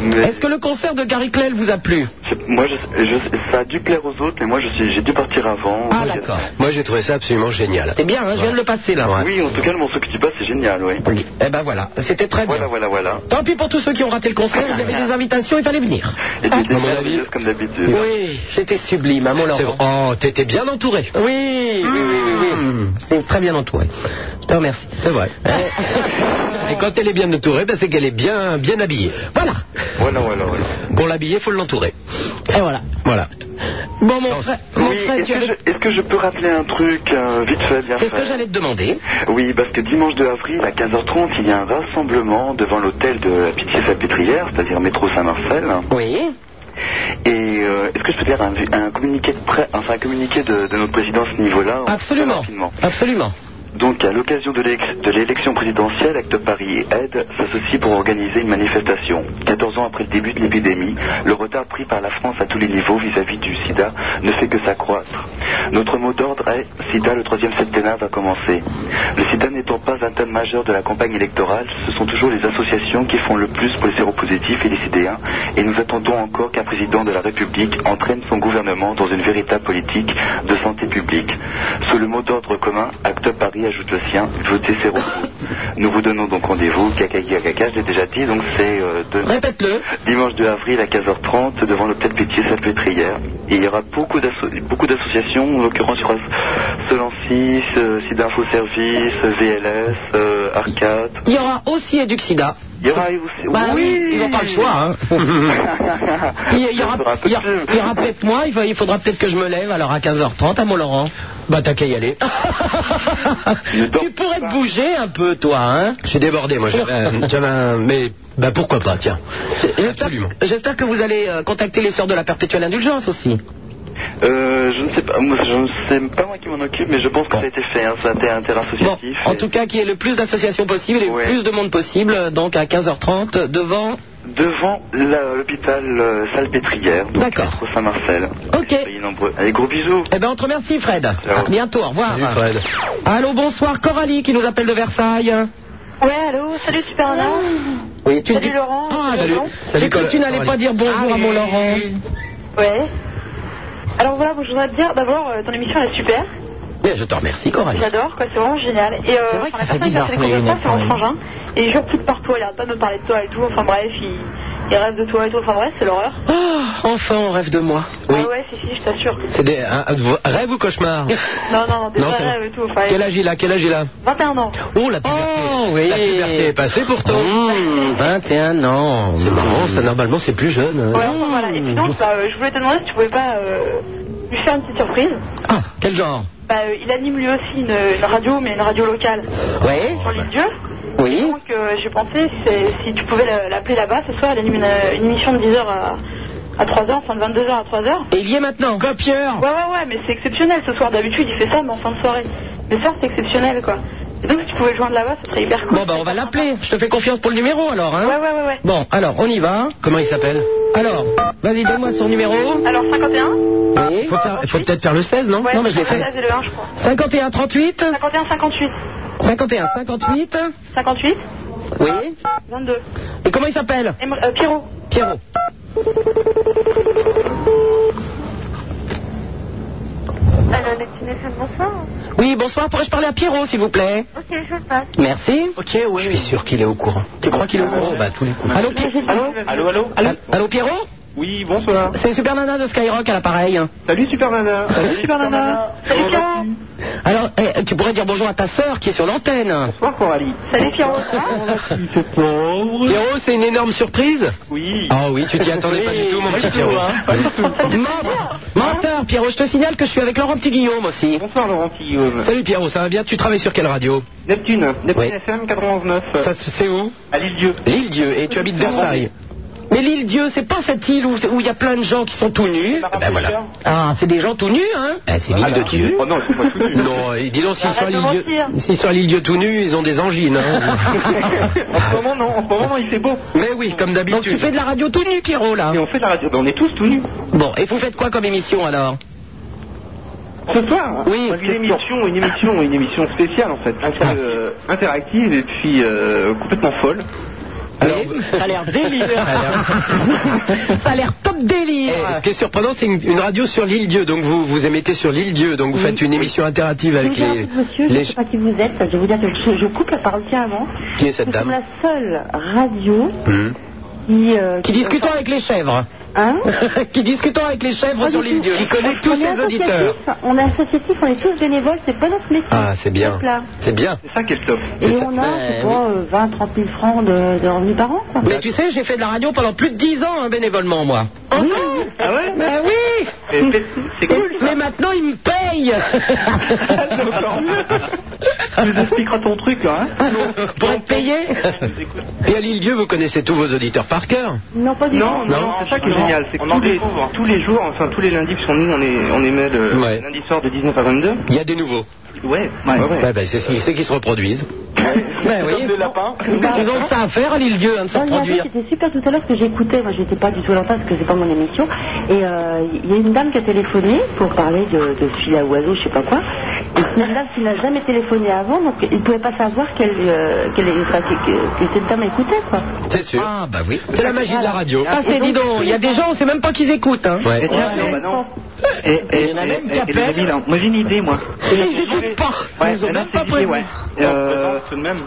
Mais Est-ce que le concert de Gary Clell vous a plu c'est- moi, je, je- ça a dû plaire aux autres, mais moi, je suis, j'ai dû partir avant. Ah Moi, j'ai- d'accord. Moi, j'ai trouvé ça absolument génial. C'est bien, hein, je viens de le passer là. Oui, en tout cas, le morceau que tu passes, c'est génial, oui. Eh ben voilà, c'était très Voilà, bien. voilà, voilà. Tant pis pour tous ceux qui ont raté le concert, il y avait des invitations, il fallait venir. Ah. Et des mon avis- merveilleuses comme d'habitude. Oui, c'était sublime, à mon C'est Laurent. vrai. Oh, t'étais bien entouré. Mm. Oui, oui, oui, oui, oui. C'est très bien entouré. Je te remercie. C'est [LAUGHS] vrai. Euh, Et quand elle est bien entourée, ben, c'est qu'elle est bien, bien habillée. voilà. Voilà, voilà, voilà. Pour l'habiller, faut l'entourer. Et voilà. Voilà. Bon, mon frère, mon Oui, frère, est-ce tu que, avais- je, est-ce que je peux rappeler un truc euh, vite fait, bien C'est ce fait que j'allais te demander. Oui, parce que dimanche 2 avril, à 15h30, il y a un rassemblement devant l'hôtel de la Pitié-Salpêtrière, c'est-à-dire métro Saint-Marcel. Oui. Et euh, est-ce que je peux faire un, un communiqué de presse, enfin un communiqué de, de notre président à ce niveau-là hein, Absolument. rapidement. Absolument. Donc, à l'occasion de l'élec- de l'élection présidentielle, Acte Paris et Aide s'associent pour organiser une manifestation. 14 ans après le début de l'épidémie, le retard pris par la France à tous les niveaux vis-à-vis du sida ne fait que s'accroître. Notre mot d'ordre est « Sida, le troisième septennat va commencer ». Le sida n'étant pas un thème majeur de la campagne électorale, ce sont toujours les associations qui font le plus pour les séropositifs et les sidéens, et nous attendons encore qu'un président de la République entraîne son gouvernement dans une véritable politique de santé publique. Sous le mot d'ordre commun, Acte Paris ajoute le sien, votez séro. Nous vous donnons donc rendez-vous, kakaki kakaka, je l'ai déjà dit, donc c'est euh, demain. Répète-le. Dimanche 2 avril à 15h30 devant l'hôtel Pitié Salpêtrière. Et il y aura beaucoup d'asso- beaucoup d'associations, en l'occurrence il y aura Solancis, euh, Sida Info Service, VLS, euh, Arcade. Il y aura aussi Eduxida. Il y aura aussi... Bah oui, ils n'ont pas le choix. hein. [LAUGHS] Il y, il y aura, il y aura- il y aura peut-être moi, il, fa- il faudra peut-être que je me lève alors à 15h30 à Mont-Laurent. Bah, t'as qu'à y [LAUGHS] aller. tu pourrais te bouger un peu, toi, hein Je suis débordé, moi. J'avais [LAUGHS] un- j'avais un- Mais, bah, pourquoi pas, tiens. J'espère- Absolument. J'espère que vous allez euh, contacter les sœurs de la perpétuelle indulgence aussi. Euh, je ne sais pas, moi, je ne sais pas moi qui m'en occupe, mais je pense que ça a été fait, hein, ça a été un terrain Bon, associatif. en et- tout cas, qu'il y ait le plus d'associations possible et le Ouais. plus de monde possible, euh, donc à 15h30 devant. Devant la- l'hôpital euh, Salpêtrière, donc, D'accord. métro Saint-Marcel. Ok. Soyez nombreux. Allez, gros bisous Eh bien, on te remercie, Fred. Ciao. À bientôt, au revoir. Salut, Fred. Allô, bonsoir, Coralie qui nous appelle de Versailles. Ouais, allô, salut Super Nana. Oui, tu Salut, Laurent. Ah, Salut, salut. Laurent. Salut, Ah, que Cor- tu n'allais pas Coralie. dire bonjour à mon Laurent. Ouais. Alors voilà, moi, je voudrais te dire, d'abord, euh, ton émission elle est super. Bien, je te remercie, Coralie. J'adore, quoi, c'est vraiment génial. Et euh, C'est vrai que enfin, ça fait la personne qui a bizarre, fait ça, les découvrir ça, c'est mon lunettes, frangin. Et il jure tout de partout, il arrête pas de me parler de toi et tout. Enfin bref, il, il rêve de toi et tout. Enfin bref, c'est l'horreur. Oh, enfin, on rêve de moi. Ah ouais, si, si, je t'assure. C'est des un- un- rêve ou cauchemar Non, non, non, des Non, vrais c'est rêves vrai. et tout. Enfin, Quel âge il a Quel âge il a 21 ans. Oh, la puberté. Oh, oui. La puberté est passée pourtant. Mmh, 21 ans. C'est marrant, ça, normalement, c'est plus jeune. hein. Ouais, Hmm. enfin voilà. Et puis donc, bah, euh, je voulais te demander si tu pouvais pas euh, lui faire une petite surprise. Ah, quel genre Bah, euh, il anime lui aussi une, une radio, mais une radio locale Oui, sur l'île Dieu. oui. Donc euh, j'ai pensé c'est- si tu pouvais la- l'appeler là-bas ce soir, elle anime une, une émission de 10h à, À 3h, enfin de 22h à 3h Et il y est maintenant. Copieur Ouais, ouais, ouais, mais c'est exceptionnel ce soir. D'habitude, il fait ça, mais en fin de soirée. Mais ça, c'est exceptionnel, quoi. Et donc, si tu pouvais le joindre là-bas, ça serait hyper cool. Bon, bah, on va l'appeler. Je te fais confiance pour le numéro, alors, hein Ouais, ouais, ouais, ouais. Bon, alors, on y va. Comment il s'appelle Alors, vas-y, donne-moi son numéro. Alors, 51 Oui. Faut faire- faut peut-être faire le 16, non Ouais, Non, mais je l'ai fait. ouais, c'est le 1, je crois. 51 38 51, 58. 51 58 58, Oui. 22. Et comment il s'appelle Emer- euh, Pierrot. Pierrot. Alors, destination, bonsoir. Oui, bonsoir. Pourrais-je parler à Pierrot, s'il vous plaît Ok, je le passe. Merci. Ok, oui. Je suis sûr qu'il est au courant. Tu crois qu'il est au courant Oh, bah, tous les coups. Allô, Pierre- Allô, Allô allô Allô, allô, Pierrot Oui, bonsoir. C'est Super Nana de Skyrock à l'appareil. Salut Super Nana. Salut Super Nana. Salut Pierrot. Alors, eh, tu pourrais dire bonjour à ta sœur qui est sur l'antenne. Bonsoir Coralie. Salut Pierrot. Hein Il fait pauvre. Pierrot, c'est une énorme surprise Oui. Ah oui, tu t'y attendais pas du tout, mon petit Pierrot. Menteur, hein. menteur, Pierrot, je te signale que je suis avec Laurent Petit Guillaume aussi. Bonsoir Laurent Petit Guillaume. Salut Pierrot, ça va bien Tu travailles sur quelle radio Neptune. Neptune Oui. FM 99. Euh, Ça, c'est où À l'île-dieu. L'île-Dieu. Et tu habites Versailles Ah, Mais l'île Dieu, c'est pas cette île où où il y a plein de gens qui sont tout nus. Ben voilà. Ah, c'est des gens tout nus, hein Ah, c'est l'île de Dieu. Oh non, c'est pas tout de suite. Non, et dis donc, s'ils sont à Arrête de l'île-dieu mentir. s'ils sont à l'île-dieu tout nus, ils ont des angines. [LAUGHS] hein. [LAUGHS] En ce moment, non. En ce moment, non, il fait beau. Mais oui, comme Donc tu d'habitude. fais de la radio tout nu, Pierrot, là. Et on fait de la radio. Ben, on est tous tout nus. Bon, et vous faites quoi comme émission, alors Ce soir Oui. Une émission, une émission, une émission spéciale en fait. Inter- euh, interactive et puis euh, complètement folle. Alors, Oui, Ça a l'air [LAUGHS] délire. [LAUGHS] ça a l'air top délire. Eh, ce qui est surprenant, c'est une, une radio sur l'île-dieu. Donc vous vous émettez sur l'île-dieu. Donc vous faites une émission interactive avec Bonjour, les. monsieur, je les- ne sais pas qui vous êtes. Je vais vous dire que je, je coupe la parole tiens avant. Qui est cette Nous sommes dame la seule radio Hmm. qui... euh, Qui discutons avec les chèvres. [LAUGHS] Hein qui discutons avec les chèvres Ah, Pas sur du l'île tout. Dieu. Qui connaît tous On est ses associatif, auditeurs. On est associatif, on est tous bénévoles, c'est pas notre métier. Ah, c'est bien. Là. C'est bien. C'est ça qui est le top. Et ça. on a, Eh je crois, euh, 20, 30 000 francs de, de revenus par an, quoi. Mais tu sais, j'ai fait de la radio pendant plus de 10 ans, hein, bénévolement, moi. Ah non Ah ouais Ben oui Et c'est- C'est cool Mais maintenant, ils me [LAUGHS] Ah, payent Encore mieux. [LAUGHS] Tu nous expliqueras ton truc là. Hein Ah, Pour être payé Et à l'île-dieu, vous connaissez tous vos auditeurs par cœur. Non, pas du tout. non, c'est ça qui est génial. C'est que tous les, tous les jours, enfin tous les lundis, parce qu'on nous on est on émet le Ouais. lundi soir de 19 à 22. Il y a des nouveaux. Ouais. Ouais. Ouais, ben, c'est c'est qu'ils se reproduisent. Ben oui. Ils ont que ça à faire à l'île Dieu, de se Dans le reproduire. radio, C'était super tout à l'heure ce que j'écoutais. Moi, j'étais pas du tout à l'antenne parce que c'est pas mon émission. Et euh, il y a une dame qui a téléphoné pour parler de, de fil à oiseau, je sais pas quoi. Et c'est une dame qui n'a jamais téléphoné avant, donc il pouvait pas savoir quelle, euh, quelle, enfin, que, que- que cette dame écoutait, quoi. C'est sûr. Ah, bah oui. C'est la magie de la radio. Ah, c'est, dis donc, il y a des gens, on sait même pas qu'ils écoutent. Hein. Ouais. Tiens, non, bah non. Et, Il y en a même qui et- et les appellent. amis, là, Moi j'ai une idée moi. Ils écoutent pas Ouais, Ils ont ah non, même c'est pas l'idée, prévu. ouais. Euh, c'est le même.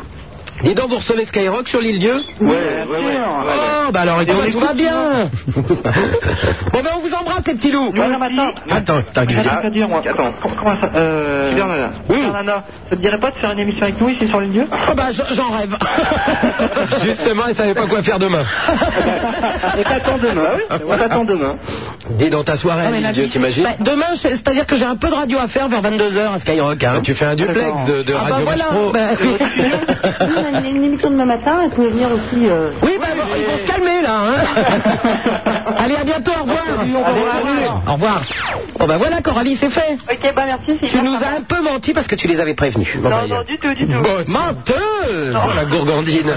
Dis donc, vous recevez Skyrock sur l'île Dieu Ouais, ouais, ouais. Oh, bah alors, écoute, Tout va bien [LAUGHS] Bon, ben, on vous embrasse, les petits loups Voilà, maintenant. Attends, t'as J'allais te dire, moi. Attends. Comment ça euh... Super Nana. Oui. Super Nana, ça te dirait pas de faire une émission avec nous ici sur le lieu Ah, bah, je- [LAUGHS] j'en rêve Justement, ils savaient pas quoi faire demain. On t'attend demain. On t'attend demain. Dis dans ta soirée, à l'île Dieu, t'imagines Bah, Demain, je- c'est-à-dire que j'ai un peu de radio à faire vers 22h à Skyrock. hein. Hein, Tu fais un duplex D'accord. de, de Ah, bah, Radio Match voilà Pro. Bah, oui. [LAUGHS] Oui, on a une, une émission demain matin, elle pouvait venir aussi. euh, Oui, bah, bon, ils vont se calmer là. [LAUGHS] hein. Allez, à bientôt, au revoir. Allez, revoir. Au revoir. Bon, ben voilà, Coralie, c'est fait. Ok, bah merci. c'est Tu Ah, hyper nous sympa. as un peu menti parce que tu les avais prévenus. Bon, Non, d'ailleurs. non, du tout, du tout. Bon, Menteuse Oh, la gourgandine.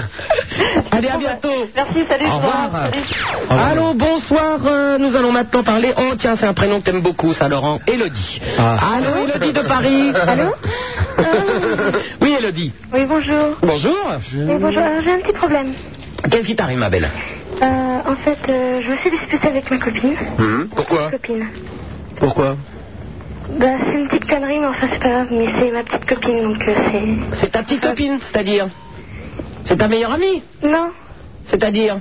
Allez, à bientôt. bah, Merci, salut. Au revoir. Salut. Allô, bonsoir. euh, nous allons maintenant parler. Oh, tiens, c'est un prénom que t'aimes beaucoup, ça, Laurent. Élodie. Ah. Allô, Élodie de Paris. [LAUGHS] Allô [LAUGHS] Oui, Élodie. Oui, bonjour. Bonjour. Oui, bonjour. Alors, J'ai un petit problème. Qu'est-ce qui t'arrive, ma belle Euh, en fait, euh, je me suis disputée avec ma copine. Pourquoi Copine. Pourquoi Bah, c'est une petite connerie, mais enfin, c'est pas grave. Mais c'est ma petite copine, donc euh, c'est. C'est ta petite copine, c'est-à-dire C'est ta meilleure amie, Non. c'est-à-dire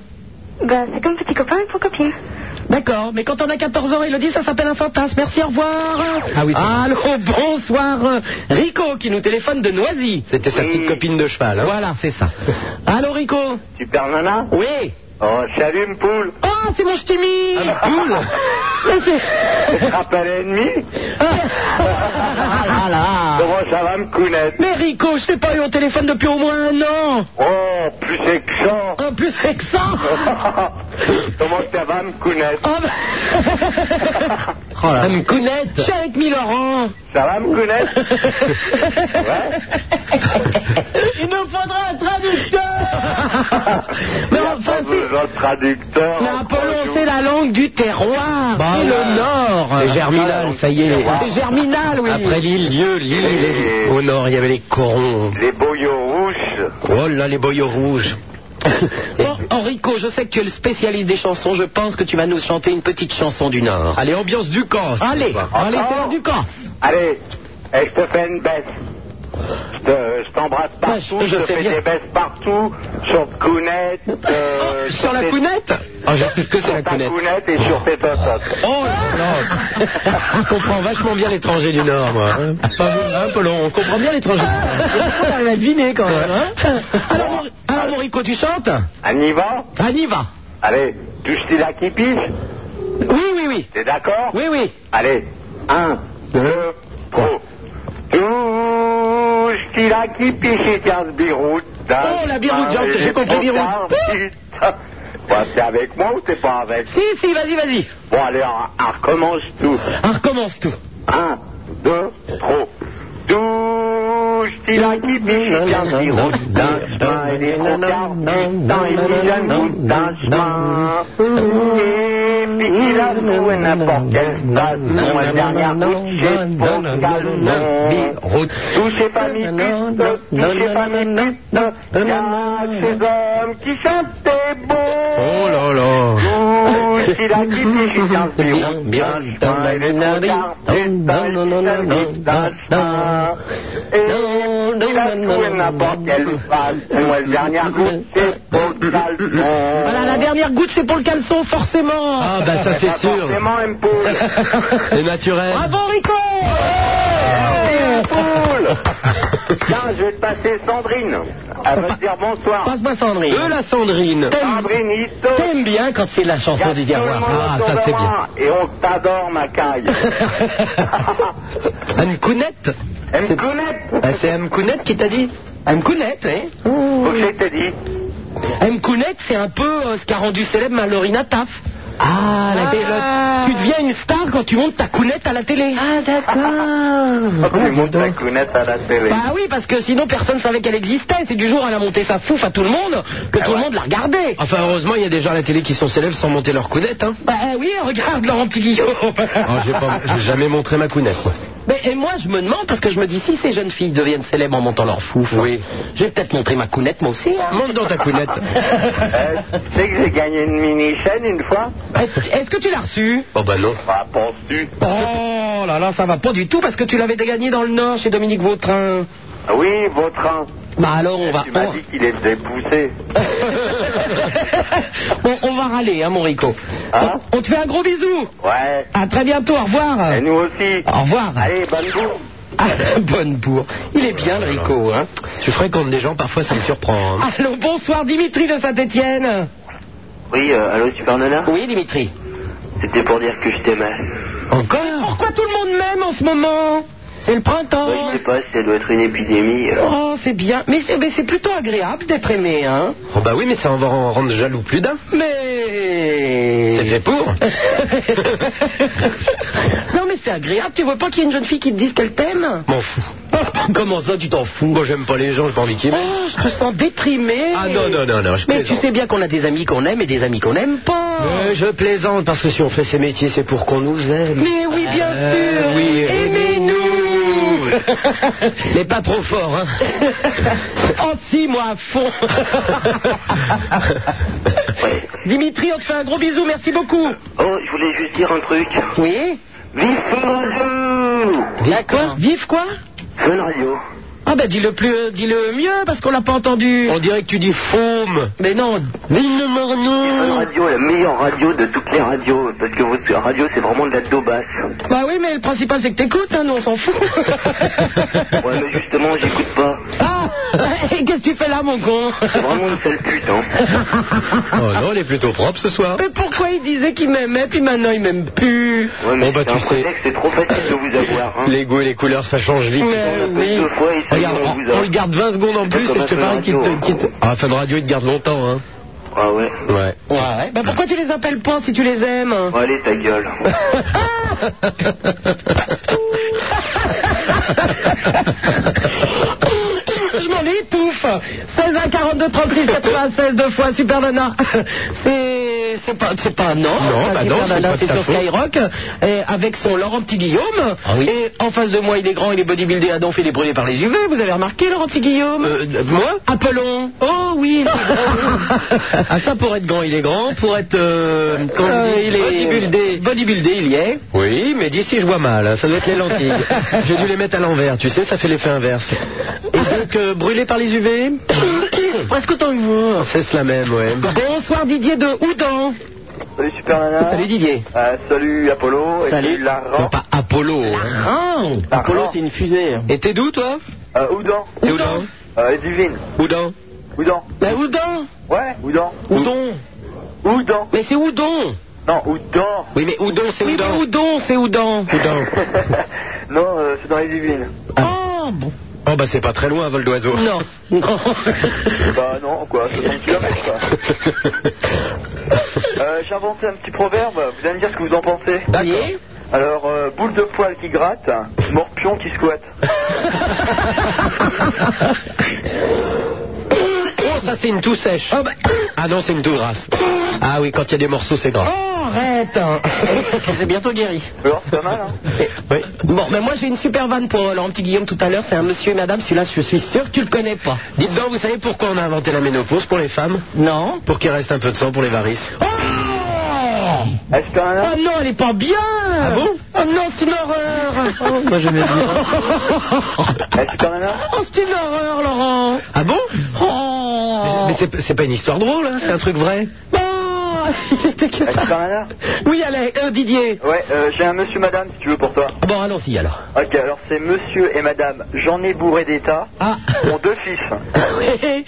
Bah, c'est comme petit copain et pour copine. D'accord, mais quand on a 14 ans, Elodie, ça s'appelle un fantasme. Merci, au revoir. Ah oui, c'est vrai. Allô, bonsoir. euh, Rico qui nous téléphone de Noisy. C'était sa petite copine de cheval. hein. Voilà, c'est ça. Allô, Rico Super Nana Oui Oh, salut, me poule. [LAUGHS] Ah, c'est mon ch'timi Poule [LAUGHS] Je te rappelle ennemi. Ah là Comment ça va, me counette Mais Rico, je t'ai pas eu au téléphone depuis au moins un an Oh, plus [LAUGHS] excellent. En plus c'est que ça Comment ça va, me counette Oh, bah... Oh là. Mme Counette Je suis avec Milorand Ça va, me counette [LAUGHS] Il nous faudra un traducteur [LAUGHS] Mais enfin, Pas c'est... besoin de traducteur. Mais Apollon, c'est la langue du terroir Bah C'est ouais. le Nord Ah, C'est germinal, ça y est. C'est germinal, oui Après l'île, Dieu, l'île. Et- Au nord, il y avait les corons. Les boyaux rouges. Oh là, les boyaux rouges. [LAUGHS] Bon, Enrico, je sais que tu es le spécialiste des chansons. Je pense que tu vas nous chanter une petite chanson du Nord. Allez, ambiance du corps. Allez, allez, c'est l'heure du Corse. Allez, eh, je te fais une baisse. Je te- je t'embrasse partout, Ouais, je- je, je te sais fais bien. Oh, des baisses partout, sur Counette, euh, Sur la tes- counette Ah, je sais ce que c'est la sur ta counette. counette et sur tes tototes. Oh là [LAUGHS] là On comprend vachement bien l'étranger du Nord, moi. hein. Ah, Pas bah, vous, hein, Apollon On comprend bien l'étranger du Nord. On va deviner quand même. hein. alors, mon- alors, mon Rico, tu chantes On y va On y va. Allez, touche-t-il là qui pisse Oui, oui, oui. T'es d'accord Oui, oui. Allez, un, deux, trois. Touche-t-il là qui pisse et tiens biroute hein. Oh, la biroute, Ah, j'ai- j'ai compris, biroute. t'es avec moi ou t'es pas avec Si, si, vas-y, vas-y. Bon, allez, on, on recommence tout. On recommence tout. Un, deux, trois. Douche, il a dit biche, tiens, zéro, d'un chemin, il est trop tard, putain, il dit j'aime goût d'un chemin. Et puis il a trouvé n'importe quelle station, la dernière douche, c'est pour Calmont. Touchez pas mes putes, touchez pas mes putes, il y a ces hommes qui chantent des beaux. Oh là là Touche, il a dit biche, tiens, zéro, d'un chemin, il est trop tard, putain, il dit j'aime goût d'un chemin. Et il a trouvé n'importe quelle station, la dernière douche, c'est pour Calmont. Voilà, la dernière goutte, c'est pour le caleçon, forcément. Ah, bah ça, c'est sûr. Forcément, elle me [LAUGHS] pousse. C'est naturel. Bravo, Rico Tiens, je vais te passer Sandrine. Elle va te dire bonsoir. Passe-moi Sandrine. De la Sandrine. T'aimes- Sandrine, il te- T'aimes bien quand c'est la Il y a chanson tout du le terroir. monde Ah, autour ça, de c'est [LAUGHS] moi. Et on t'adore, ma caille. Anne Counette Elle me connaît. Ah, C'est Anne Counette qui t'a dit M. Counette, oui. Faut que je t'ai dit. M. Counette, c'est un peu euh, ce qu'a rendu célèbre Malorina Taff. Ah, la Ah. Tu deviens une star quand tu montes ta counette à la télé. Ah, Faut d'accord. que tu montres la counette à la télé. Bah oui, parce que sinon personne savait qu'elle existait. C'est du jour où elle a monté sa fouf à tout le monde que tout le monde la regardait. Bah Enfin, heureusement, il y a des gens à la télé qui sont célèbres sans monter leur counette. Hein. Bah euh, oui, regarde Laurent Petit Guillaume. Oh, j'ai pas- j'ai jamais montré ma counette. moi. Mais et moi je me demande parce que je me dis si ces jeunes filles deviennent célèbres en montant leur fouf, Oui. je vais peut-être montrer ma counette moi aussi. hein. Monte dans ta counette. Euh, tu sais que j'ai gagné une mini-chaîne une fois [LAUGHS] Est-ce est-ce que tu l'as reçue Oh bah non. Ah, Bah, penses-tu Oh là là, ça va pas du tout parce que tu l'avais gagné dans le Nord chez Dominique Vautrin. Oui, votre un. Bah alors on va Eh, Tu on- m'as dit qu'il les faisait pousser. bon, [LAUGHS] on va râler, hein, mon Rico. Hein on, on te fait un gros bisou. Ouais. À très bientôt, au revoir. Et nous aussi. Au revoir. [LAUGHS] Allez, bonne bourre. Ah, bonne bourre. Il est bien, le Rico. Hein. Tu fréquentes des gens, parfois ça me surprend. hein. Allô, bonsoir, Dimitri de Saint-Étienne. Oui, euh, allô, Super Nana Oui, Dimitri. C'était pour dire que je t'aimais. Encore Pourquoi tout le monde m'aime en ce moment C'est le Moi, printemps. Euh, je sais pas si ça doit être une épidémie. euh. Oh, c'est bien. Mais c'est mais c'est plutôt agréable d'être aimé, hein. Oh bah oui, mais ça en va en rendre jaloux plus d'un. Mais. C'est fait pour. non, mais c'est agréable. Tu vois pas qu'il y a une jeune fille qui te dise qu'elle t'aime M'en [LAUGHS] fous. Comment ça, tu t'en fous Moi j'aime pas les gens, j'ai pas envie qu'ils m'aiment. Oh, je te sens déprimé. Ah non, non, non, non, je Mais tu plaisante. sais bien qu'on a des amis qu'on aime et des amis qu'on aime pas. Euh, je plaisante parce que si on fait ces métiers, c'est pour qu'on nous aime. Mais oui, bien Euh, sûr. oui, Aimez-nous. Mais pas trop fort, hein. [LAUGHS] Anti-moi [LAUGHS] à fond. Dimitri, on te fait un gros bisou. Merci beaucoup. Oh, je voulais juste dire un truc. Oui. Vive Fun D'accord. Vive quoi Fun Radio Ah ben dis-le plus, euh, dis-le mieux parce qu'on l'a pas entendu. On dirait que tu dis faume. Mais non. Mm. Fun Radio est la meilleure radio de toutes les radios, parce que votre radio, c'est vraiment de la daubasse. [LAUGHS] Bah oui, mais le principal c'est que t'écoutes, hein, nous on s'en fout. Ouais, mais justement, j'écoute pas. ah, [LAUGHS] Qu'est-ce que tu fais là, mon con C'est vraiment une sale pute, hein. Oh non, elle est plutôt propre ce soir. Mais pourquoi il disait qu'il m'aimait, puis maintenant il m'aime plus Ouais, Bon, mais bah, c'est un tu sais. prétexte, c'est trop facile de vous avoir, hein. Les goûts et les couleurs, ça change vite. Mais On appelle oui. deux fois et ça y est, Regarde, on vous on, on a. le garde 20 secondes en plus Comme et je te la parie qu'il radio, hein. te quitte. Ah, Fun Radio, il te garde longtemps, hein. Ah ouais. Ouais. Ouais, ouais. Bah, pourquoi tu les appelles pas si tu les aimes Bon, allez, [LAUGHS] ta gueule. Je m'en étouffe. 16 1 42 36 96 deux fois Super Nana. [LAUGHS] C'est c'est pas c'est pas non. Non, Enfin, bah non, Super c'est Nana, pas de c'est ta sur faute. Skyrock euh, et avec son Laurent Petit Guillaume. Ah oui. Et en face de moi, il est grand, il est bodybuildé à donf, il est brûlé par les UV. Vous avez remarqué Laurent Petit Guillaume Euh, moi Appelons. Oh oui. il est grand. [LAUGHS] Ah, ça, pour être grand, il est grand. Pour être. euh, comment on Euh, dit il est bodybuildé. Bodybuildé, il y est. Oui, mais d'ici, je vois mal. hein. Ça doit être les [LAUGHS] lentilles. J'ai dû les mettre à l'envers, tu sais, ça fait l'effet inverse. Et donc, euh, brûlé par les [COUGHS] UV Presque autant que vous. C'est cela même, ouais. Bonsoir Didier de Houdan. Salut, Super Nana. Salut Didier. Ah, Euh, salut, Apollo. Et puis, Non, Laran. pas Apollo. hein. Oh, Ah, Apollo, non. c'est une fusée. Et t'es d'où, toi Euh, Oudan. T'es Oudan Euh, Divine. Oudan Oudan. Bah, Houdan Ouais, Oudan. Houdon Oudan. Mais c'est Houdon Non, [LAUGHS] Oudan. Oui, mais Oudan, c'est Oui, mais Oudan. Houdon, c'est Houdon Oudan. non, euh, c'est dans les Divines. Oh, bon. Ah. Oh, bah, c'est pas très loin, vol d'oiseau. [LAUGHS] Non, non. Bah non, quoi, 60 km quoi. Euh, J'ai inventé un petit proverbe, vous allez me dire ce que vous en pensez. D'accord. Alors, euh, boule de poil qui gratte, morpion qui squatte. Oh, ça, c'est une toux sèche. Ah non, c'est une toux grasse. Ah oui, quand il y a des morceaux, c'est Oh, gras. [LAUGHS] arrête C'est bientôt guéri. Alors, c'est pas mal, hein Oui. Bon, mais moi j'ai une super vanne pour euh, Laurent Petit Guillaume tout à l'heure. C'est un monsieur et madame, celui-là, je suis sûr que tu le connais pas. Dites donc, vous savez pourquoi on a inventé la ménopause pour les femmes Non Pour qu'il reste un peu de sang pour les varices. Oh Ah, c'est pas mal, hein Oh non, elle est pas bien Ah bon Oh, Oh non, c'est [LAUGHS] une horreur moi, j'aimais bien. Ah, c'est pas mal, hein Oh, c'est une horreur, Laurent Ah bon Oh Mais c'est c'est pas une histoire drôle, hein, c'est un truc vrai. Oh, [LAUGHS] il était que Ah, c'est pas mal, hein Oui, allez, euh, Didier. Ouais, euh, j'ai un monsieur madame si tu veux pour toi. Ah Bon, allons-y alors. Ok, alors c'est monsieur et madame, j'en ai bourré d'état, [LAUGHS] Ah. ont deux fils. Oui.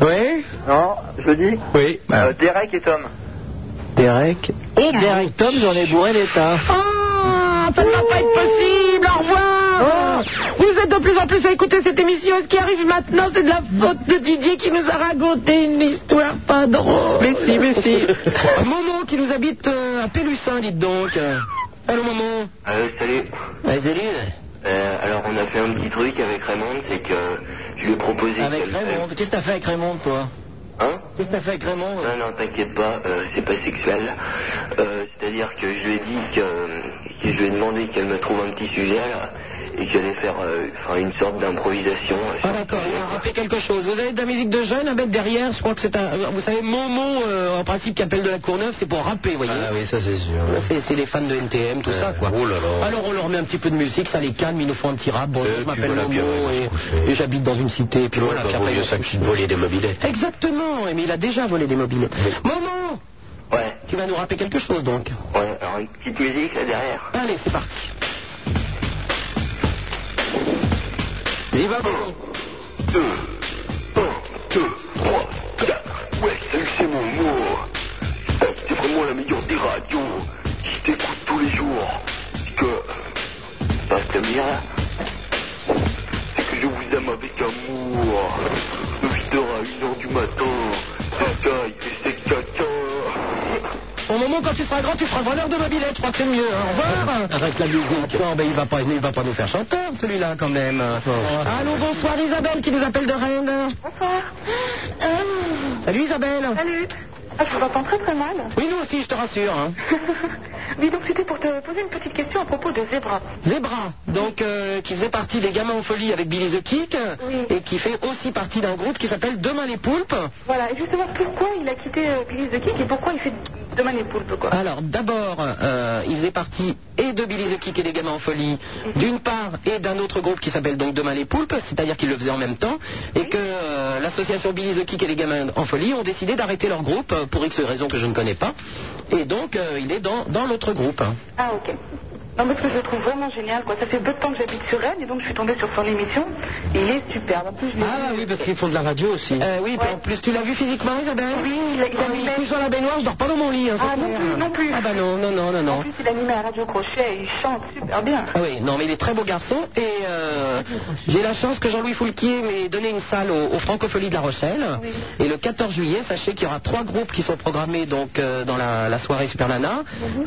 Oui Non, je le dis Oui. Ah. Euh, Derek et Tom. Derek. Oh, Derek Tom, j'en ai bourré l'état. Ah, ça ne va pas être possible. Au revoir. Vous êtes de plus en plus à écouter cette émission. Et ce qui arrive maintenant, c'est de la faute de Didier qui nous a raconté une histoire pas drôle. Mais si, mais [LAUGHS] si. Momo qui nous habite euh, à Pélussin, dites donc. Allô, Momo. Euh, salut. Euh, Vas-y, alors on a fait un petit truc avec Raymond, c'est que je lui ai proposé... Qu'est-ce que t'as fait avec Raymond, toi Hein Qu'est-ce que t'as fait avec Raymond Non, non, t'inquiète pas, euh, c'est pas sexuel. Euh, C'est-à-dire que je lui ai dit que, que je lui ai demandé qu'elle me trouve un petit sujet là, et que j'allais faire euh, enfin, une sorte d'improvisation. euh, sur Ah le d'accord, sujet, il a quoi. rappelé quelque chose. Vous avez de la musique de jeunes à mettre derrière, je crois que c'est un... euh, Vous savez, Momo, euh, en principe, qui appelle de la Courneuve, c'est pour rapper, vous voyez. Ah oui, ça c'est sûr. C'est- C'est les fans de NTM, tout ça, quoi. Ah, oh là là. Alors on leur met un petit peu de musique, ça les calme, ils nous font un petit rap. Bonjour, Et je puis m'appelle voilà, puis on Momo va se et, coucher. bah, et j'habite dans une cité, et puis Oh, voilà. puis après, ils vont se coucher. des mobilettes. Exactement, mais il a déjà volé des mobilettes. Momo, Ouais, tu vas nous rapper quelque chose, donc. ouais, alors une petite musique là derrière. Allez, c'est parti. Il va Momo. Deux, un, deux, trois, quatre. Ouais, salut, c'est mon mot. C'est vraiment la meilleure des radios. Je t'écoute tous les jours. C'est Que. Parce que bien là. C'est que je vous aime avec amour. De 8h à 1h du matin. C'est Sky et c'est caca. Au moment quand tu seras grand, tu feras voleur de mobilette, je crois que c'est mieux. hein. Au [LAUGHS] revoir. Avec la musique. Non, ben il va pas, il va pas nous faire chanteur, celui-là, quand même. Oh. Allô, bonsoir Isabelle qui nous appelle de Rennes. Bonsoir. Salut Isabelle. Ah. Salut. Ah, je vous entends très très mal. Oui, nous aussi, je te rassure. Hein. oui, donc c'était pour te poser une petite question à propos de Zebra. Zebra, donc euh, qui faisait partie des gamins en folie avec Billy the Kick Oui. et qui fait aussi partie d'un groupe qui s'appelle Demain les Poulpes. Voilà, et justement, pourquoi il a quitté euh, Billy the Kick et pourquoi il fait demain les poulpes, quoi Alors d'abord, euh, il faisait partie et de Billy the Kick et des gamins en folie, d'une part, et d'un autre groupe qui s'appelle donc Demain les Poulpes, c'est-à-dire qu'ils le faisaient en même temps, et que euh, l'association Billy the Kick et les gamins en folie ont décidé d'arrêter leur groupe euh, pour X raisons que je ne connais pas, et donc euh, il est dans, dans l'autre groupe. Ah, ok. Non, parce que je le trouve vraiment génial, quoi. Ça fait peu de temps que j'habite sur Rennes et donc je suis tombée sur son émission. Et il est superbe. En plus, je l'ai Ah oui, parce qu'ils font de la radio aussi. Euh, oui, puis en plus, tu l'as vu physiquement, Isabelle Oui, il a- il a Ah, mis- il couche dans la baignoire, je dors pas dans mon lit. hein, Ah, c'est non clair. plus, non plus. Ah bah non, non, non, non, non. En plus, il animé à Radio Crochet et il chante super bien. Ah Oui, non, mais il est très beau garçon et euh, j'ai la chance que Jean-Louis Foulquier m'ait donné une salle au, au Francopholies de La Rochelle. Et le 14 juillet, sachez qu'il y aura trois groupes qui sont programmés donc euh, dans la, la soirée Super Nana.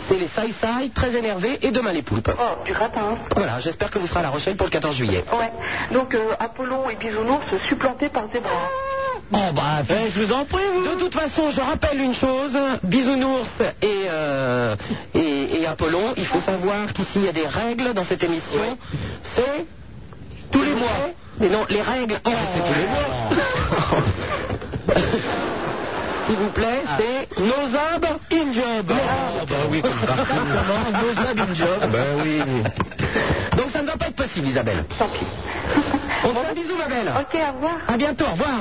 C'est les Sai Sai, Très Énervés et Demain les Poulpes. Oh, du ratin. Voilà, j'espère que vous serez à La Rochelle pour le 14 juillet. Ouais. Donc, euh, Apollon et Bisounours supplantés par Zébra. Oh bah, je vous en prie, De toute façon, je rappelle une chose, Bisounours et, euh, et, et Apollon, il faut savoir qu'ici, il y a des règles dans cette émission. C'est tous les mois. Mais non, les règles, oh, c'est tous les mois. [LAUGHS] S'il vous plaît, c'est nos ab in job. Ah bah oui, comme nos ab in job. Ben oui. Donc ça ne va pas être possible, Isabelle. On te fait un bisou, ma belle. Ok, au revoir. À bientôt, au revoir.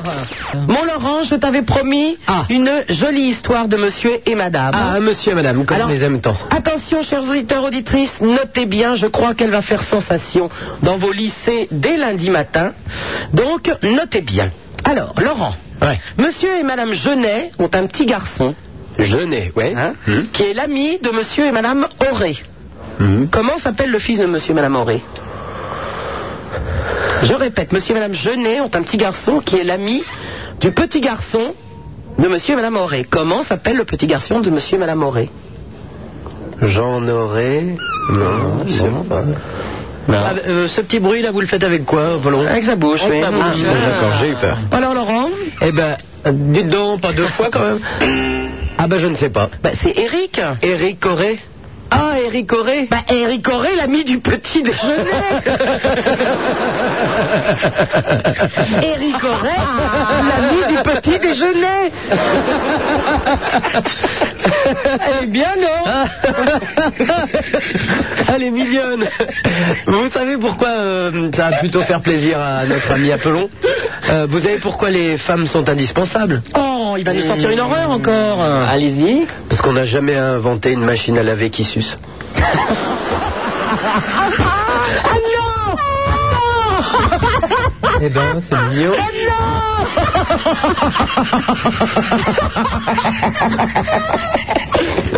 Mon Laurent, je t'avais promis une jolie histoire de monsieur et madame. Ah, monsieur et madame, vous Alors- connaissez les aime tant. Attention, chers auditeurs, auditrices, notez bien, je crois qu'elle va faire sensation dans vos lycées dès lundi matin. Donc, notez bien. Alors, Laurent, monsieur et madame Genet ont un petit garçon Jeunet, ouais. Hum. hein, qui est l'ami de monsieur et madame Auré. Hum. Comment s'appelle le fils de monsieur et madame Auré Je répète, monsieur et madame Genet ont un petit garçon qui est l'ami du petit garçon de monsieur et madame Auré. Comment s'appelle le petit garçon de monsieur et madame Auré J'en aurais. Non, je sais pas. Ah, euh, ce petit bruit là, vous le faites avec quoi, Apollon Avec sa bouche, oui. Ah, Ah. bon, D'accord, j'ai eu peur. Alors Laurent Eh ben, dites donc, pas deux fois quand même. Ah ben, je ne sais pas. Bah, C'est Eric. Eric Corré Ah, Eric Corré Bah, Eric Auré, l'ami du petit [LAUGHS] déjeuner. Eric Auré, l'ami du petit déjeuner. eh bien non. [LAUGHS] Elle est mignonne. Vous savez pourquoi euh, ça va plutôt faire plaisir à notre ami Apollon Euh, Vous savez pourquoi les femmes sont indispensables Oh, il va nous sortir une horreur encore. Allez-y. Parce qu'on n'a jamais inventé une machine à laver qui suce. Ah non Eh ben, c'est mignon.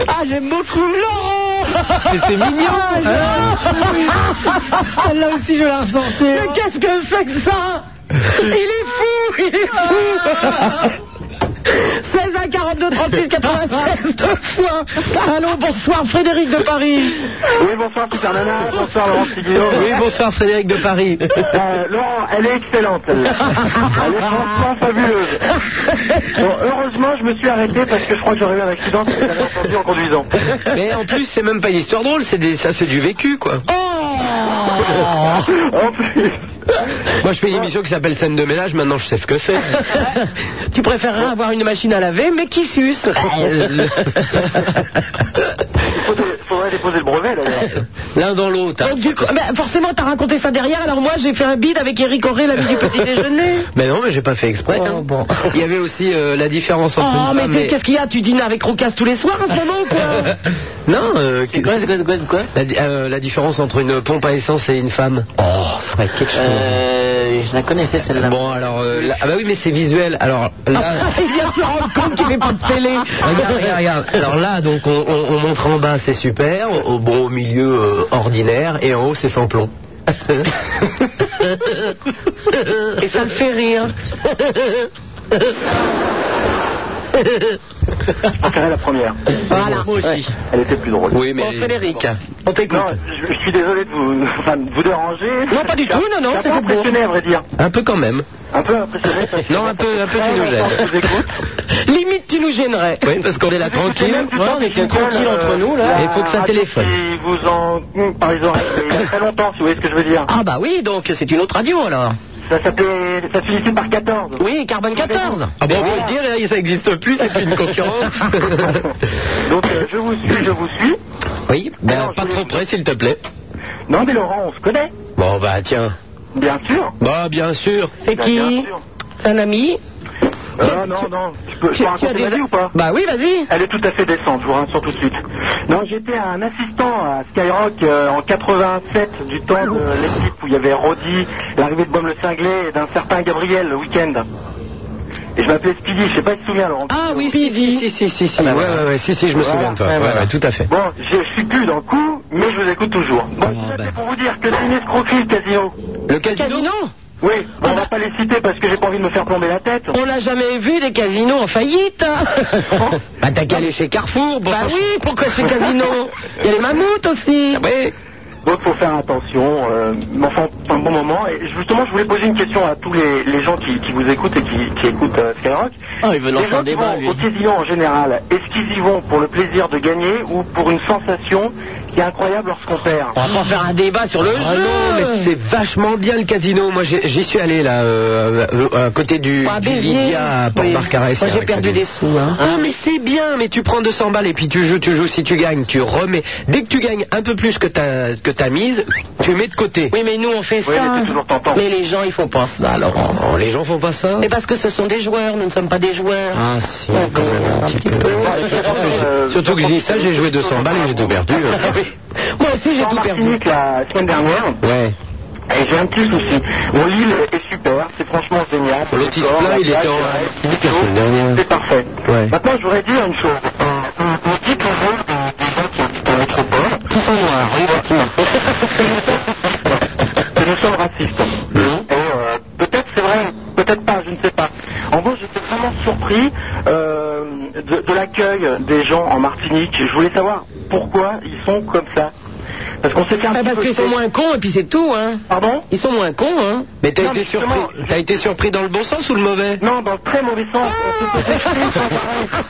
Ah, j'aime beaucoup Laurent. Mais c'est mignon. Ah, Hein [LAUGHS] Celle-là aussi, je la ressortais. Mais qu'est-ce que c'est que ça Il est fou, il est fou [LAUGHS] 16 à 42 36 96 deux fois. Allô, bonsoir Frédéric de Paris. Oui, bonsoir, Super Nana. Bonsoir, Laurent Figuillon. Oui, bonsoir Frédéric de Paris. Euh, Laurent, elle est excellente, [LAUGHS] celle-là. Elle est franchement fabuleuse. Bon, heureusement, je me suis arrêté parce que je crois que j'aurais eu un accident si je l'avais entendu en conduisant. [LAUGHS] Mais en plus, c'est même pas une histoire drôle, c'est des- ça c'est du vécu quoi. Oh En plus. Moi je fais une émission qui s'appelle Scène de ménage, maintenant je sais ce que c'est. [LAUGHS] Tu préférerais avoir une machine à laver, mais qui suce Faudrait, ben, faudrait déposer le brevet, d'ailleurs. L'un dans l'autre. hein. Donc, du coup, ben, forcément, t'as raconté ça derrière, alors moi j'ai fait un bide avec Eric Auré, l'ami du petit déjeuner. [LAUGHS] Mais non, mais j'ai pas fait exprès. hein. Il y avait aussi euh, la différence entre Oh, une mais, femme t'es- et- qu'est-ce qu'il y a Tu dînes avec Roucasse tous les soirs en ce moment, quoi [LAUGHS] Non, euh, qui- c'est quoi, c'est quoi, c'est quoi la, di- euh, la différence entre une pompe à essence et une femme. Oh, ça va quelque chose. Euh, je la connaissais celle-là. Ah, Bon, alors, euh, là- ah bah oui, mais c'est visuel. Alors là, [LAUGHS] Il vient de se rendre compte qu'il n'est pas de [LAUGHS] télé. regarde, regarde, regarde. Alors là, donc, on, on- on montre en bas, c'est super. Au, bon, au milieu, euh, ordinaire. Et en haut, c'est sans [LAUGHS] plomb. Et ça le fait rire. Je préférais la première. Voilà. Moi aussi. Elle était plus drôle. Oui, mais. Bon, Frédéric, on Non, t'écoute. je, je suis désolé de vous, enfin, de vous déranger. Non, pas du tout, non, non, Je suis c'est un peu pas pour. impressionné, à vrai dire. Un peu quand même. Un peu impressionné. parce que Non, un peu, un peu, très tu nous longtemps que gênes. je vous écoute. Ah, [LAUGHS] Limite, tu nous gênerais. Oui, parce qu'on est là tranquille. même plus Ouais, tard on que était Google, tranquille euh, entre nous, là. Ah, la Il faut que ça radio téléphone. qui vous en... hum, Par exemple, il y a très longtemps, si vous voyez ce que je veux dire. Ah bah oui, donc c'est une autre radio alors. Ça s'appelait... Ça finissait par 14. Oui, Carbone 14. Ah bon, on peut le dire, ça n'existe plus, c'est plus une concurrence. Donc, euh, je vous suis, je vous suis. oui, Ah ben, non, je pas voulais- trop près, s'il te plaît. Non, mais Laurent, on se connaît. Bon, bah tiens. Bien sûr. Bah, bien sûr. C'est Bien qui sûr. Euh, C'est un ami Ah non, non. Je peux, je peux raconter ma vie ou pas Bah oui, vas-y. Elle est tout à fait décente, je vous rassure tout de suite. Non, j'étais un assistant à Skyrock euh, en 87, du temps de l'équipe où il y avait Roddy, l'arrivée de Baume le Cinglé et d'un certain Gabriel le week-end. Et je m'appelais Speedy, je sais pas si tu te souviens, Laurent. Ah oui, si, si, si, si, si, si. Ah bah ouais, voilà. ouais, ouais, si, si, je me Voilà. souviens de toi. Ouais, Ouais, voilà. ouais, tout à fait. Bon, je suis plus dans le coup, mais je vous écoute toujours. Bon, tout Ah, ça, ben. c'est pour vous dire que c'est une escroquerie, le casino. Le casino Oui, bon, on va pas les citer parce que j'ai pas envie de me faire plomber la tête. On l'a jamais vu des casinos en faillite. [LAUGHS] bah t'as qu'à aller chez Carrefour. Bah oui, pourquoi Ah chez Casino Il y a les mammouths aussi. Donc faut faire attention, euh, mais enfin un bon moment. Et justement, je voulais poser une question à tous les, les gens qui, qui vous écoutent et qui, qui écoutent euh, Skyrock. Ah, il veut les lancer gens un qui débat, vont lui. au casino en général, est-ce qu'ils y vont pour le plaisir de gagner ou pour une sensation qui est incroyable lorsqu'on perd On va pas faire un débat sur le Ah jeu. non, mais c'est vachement bien le casino. Moi, j'y suis allé là, euh, à côté du, Pas Béziers. Oui. Moi, j'ai perdu des sous. Hein. Ah mais c'est bien, mais tu prends 200 balles et puis tu joues, tu joues, si tu gagnes, tu remets. Dès que tu gagnes un peu plus que ta, que ta mise, tu mets de côté. Oui, mais nous, on fait Oui, mais ça. c'est toujours tentant. Mais les gens, ils font pas ça, Laurent. Oh, les gens font pas ça Mais parce que ce sont des joueurs, nous ne sommes pas des joueurs. Ah si, Ouais, quand même un, petit peu. Euh, Surtout que je dis ça, j'ai joué 200 balles et j'ai tout perdu. euh. [LAUGHS] Moi aussi, j'ai en tout perdu. Martinique la semaine dernière, Ouais. et Eh, j'ai un petit souci. Mon l'île est super, c'est franchement génial. L'autre, L'autre il se plaint, il était en Martinique la semaine dernière. C'est parfait. Ouais. Bah, Maintenant, je voudrais dire une chose. On, on- on dit toujours des, des gens qui habitent en métropole. Qui sont noirs, hein, oui, [LAUGHS] effectivement. que nous sommes racistes. Et, euh, peut-être c'est vrai, peut-être pas, je ne sais pas. En gros, j'étais vraiment surpris euh, de, de l'accueil des gens en Martinique. Je voulais savoir pourquoi ils sont comme ça. Parce qu'on s'est fait un Ah, petit parce peu qu'ils sont chier. moins cons, et puis c'est tout, hein. Pardon Ils sont moins cons, hein. Mais t'as Non, été mais surpris. justement, T'as été surpris dans le bon sens ou le [LAUGHS] mauvais Non, dans le très mauvais sens. On se fait chier, sans arrêt.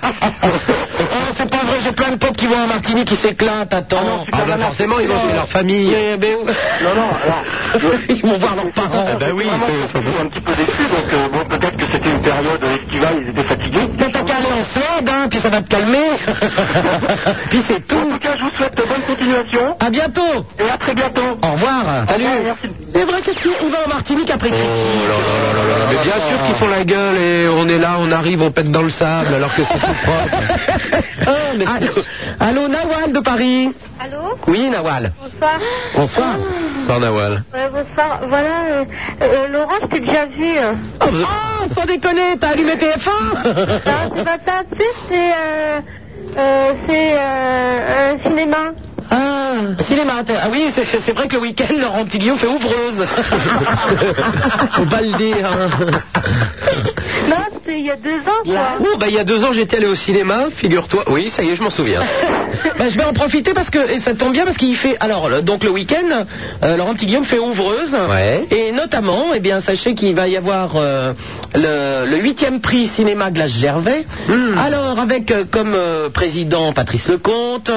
Ah, c'est pas vrai, j'ai plein de potes qui vont à Martinique qui s'éclatent, Ah non, attends. super nana, bah, ils vont chez leur famille. Non, non, alors. [LAUGHS] Ils vont voir leurs parents. Ah bah oui, c'est un petit peu déçu, donc euh, bon, peut-être que c'était une période estivale, ils étaient fatigués. Mais t'as qu'à aller en Suède, hein, puis ça va te calmer. [LAUGHS] puis c'est En tout. tout cas, je vous souhaite bonne continuation À bientôt. et à très bientôt. Au revoir. Salut. Merci. C'est vrai, qu'est-ce qu'on va en Martinique après Oh là là là là là. Mais bien sûr qu'ils font la gueule et on est là, on arrive, on pète dans le sable alors que c'est tout [LAUGHS] propre. Ah. Allô, Ah, allô, Nawal de Paris. Allô Oui, Nawal. Bonsoir. Bonsoir. Bonsoir, Nawal. Ouais, bonsoir. Voilà, euh, euh, Laurent, je t'ai déjà vu. euh. Oh, sans déconner, t'as allumé TF1 Non, c'est pas ça. Tu sais, c'est euh, euh, c'est, euh, un cinéma. Ah, cinéma. t'as- Ah oui, c'est c'est vrai que le week-end, Laurent Petit Guillaume fait [LAUGHS] ouvreuse. Faut pas le dire. hein. Non, c'était il y a deux ans, quoi. Oh, bah il y a deux ans, j'étais allé au cinéma, figure-toi. Oui, ça y est, je m'en souviens. [LAUGHS] Bah, je vais en profiter parce que et ça tombe bien parce qu'il fait alors le- donc le week-end euh, Laurent Petit Guillaume fait ouvreuse Ouais. et notamment eh bien sachez qu'il va y avoir euh, le le huitième prix cinéma Glace Gervais Hmm. alors avec euh, comme euh, président Patrice Lecomte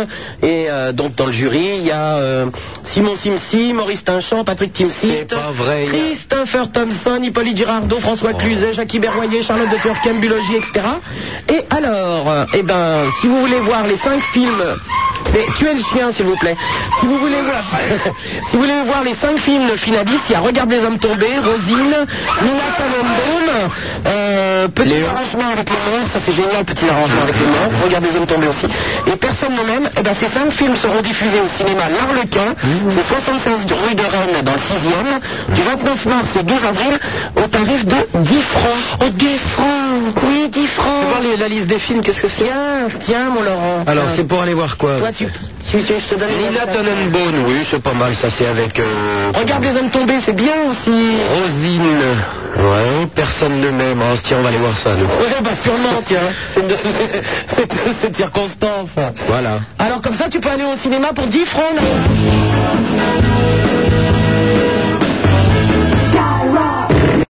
et euh, donc dans le jury il y a euh, Simon Simsi Maurice Tinchamp Patrick Timsit C'est pas vrai. Christopher Thompson Hippolyte Girardot François Oh. Cluzet Jackie Berroyer Charlotte de Turquem Bulogie etc et alors euh, eh ben si vous voulez voir les cinq films mais tuez le chien, s'il vous plaît. Si vous voulez voir, [LAUGHS] si vous voulez voir les cinq films finalistes, il y a Regarde les hommes tombés, Rosine, Nina Tannenbaum, euh, Petit arrangement avec les morts, ça c'est génial, Petit arrangement avec les morts, Regarde les hommes tombés aussi. Et personne ne m'aime, et ben ces cinq films seront diffusés au cinéma L'Arlequin, c'est 76 rue de Rennes dans le 6e, du 29 mars au 12 avril, au tarif de 10 francs. Oh, 10 francs Oui, 10 francs Tu vois les- la liste des films, qu'est-ce que c'est Tiens, tiens, mon Laurent. Alors, tiens. c'est pour aller voir quoi Toi, tu, tu, tu- je te donne les Nina notes. Tannenbaum, oui, c'est pas mal, ça c'est avec. euh, Regarde les hommes tombés, c'est bien aussi. Rosine. Ouais, personne ne m'aime. Ah, tiens, on va aller voir ça, nous. Ouais, bah sûrement, tiens. C'est de, c'est- c'est de cette circonstance. Voilà. Alors comme ça, tu peux aller au cinéma pour 10 francs. Nana.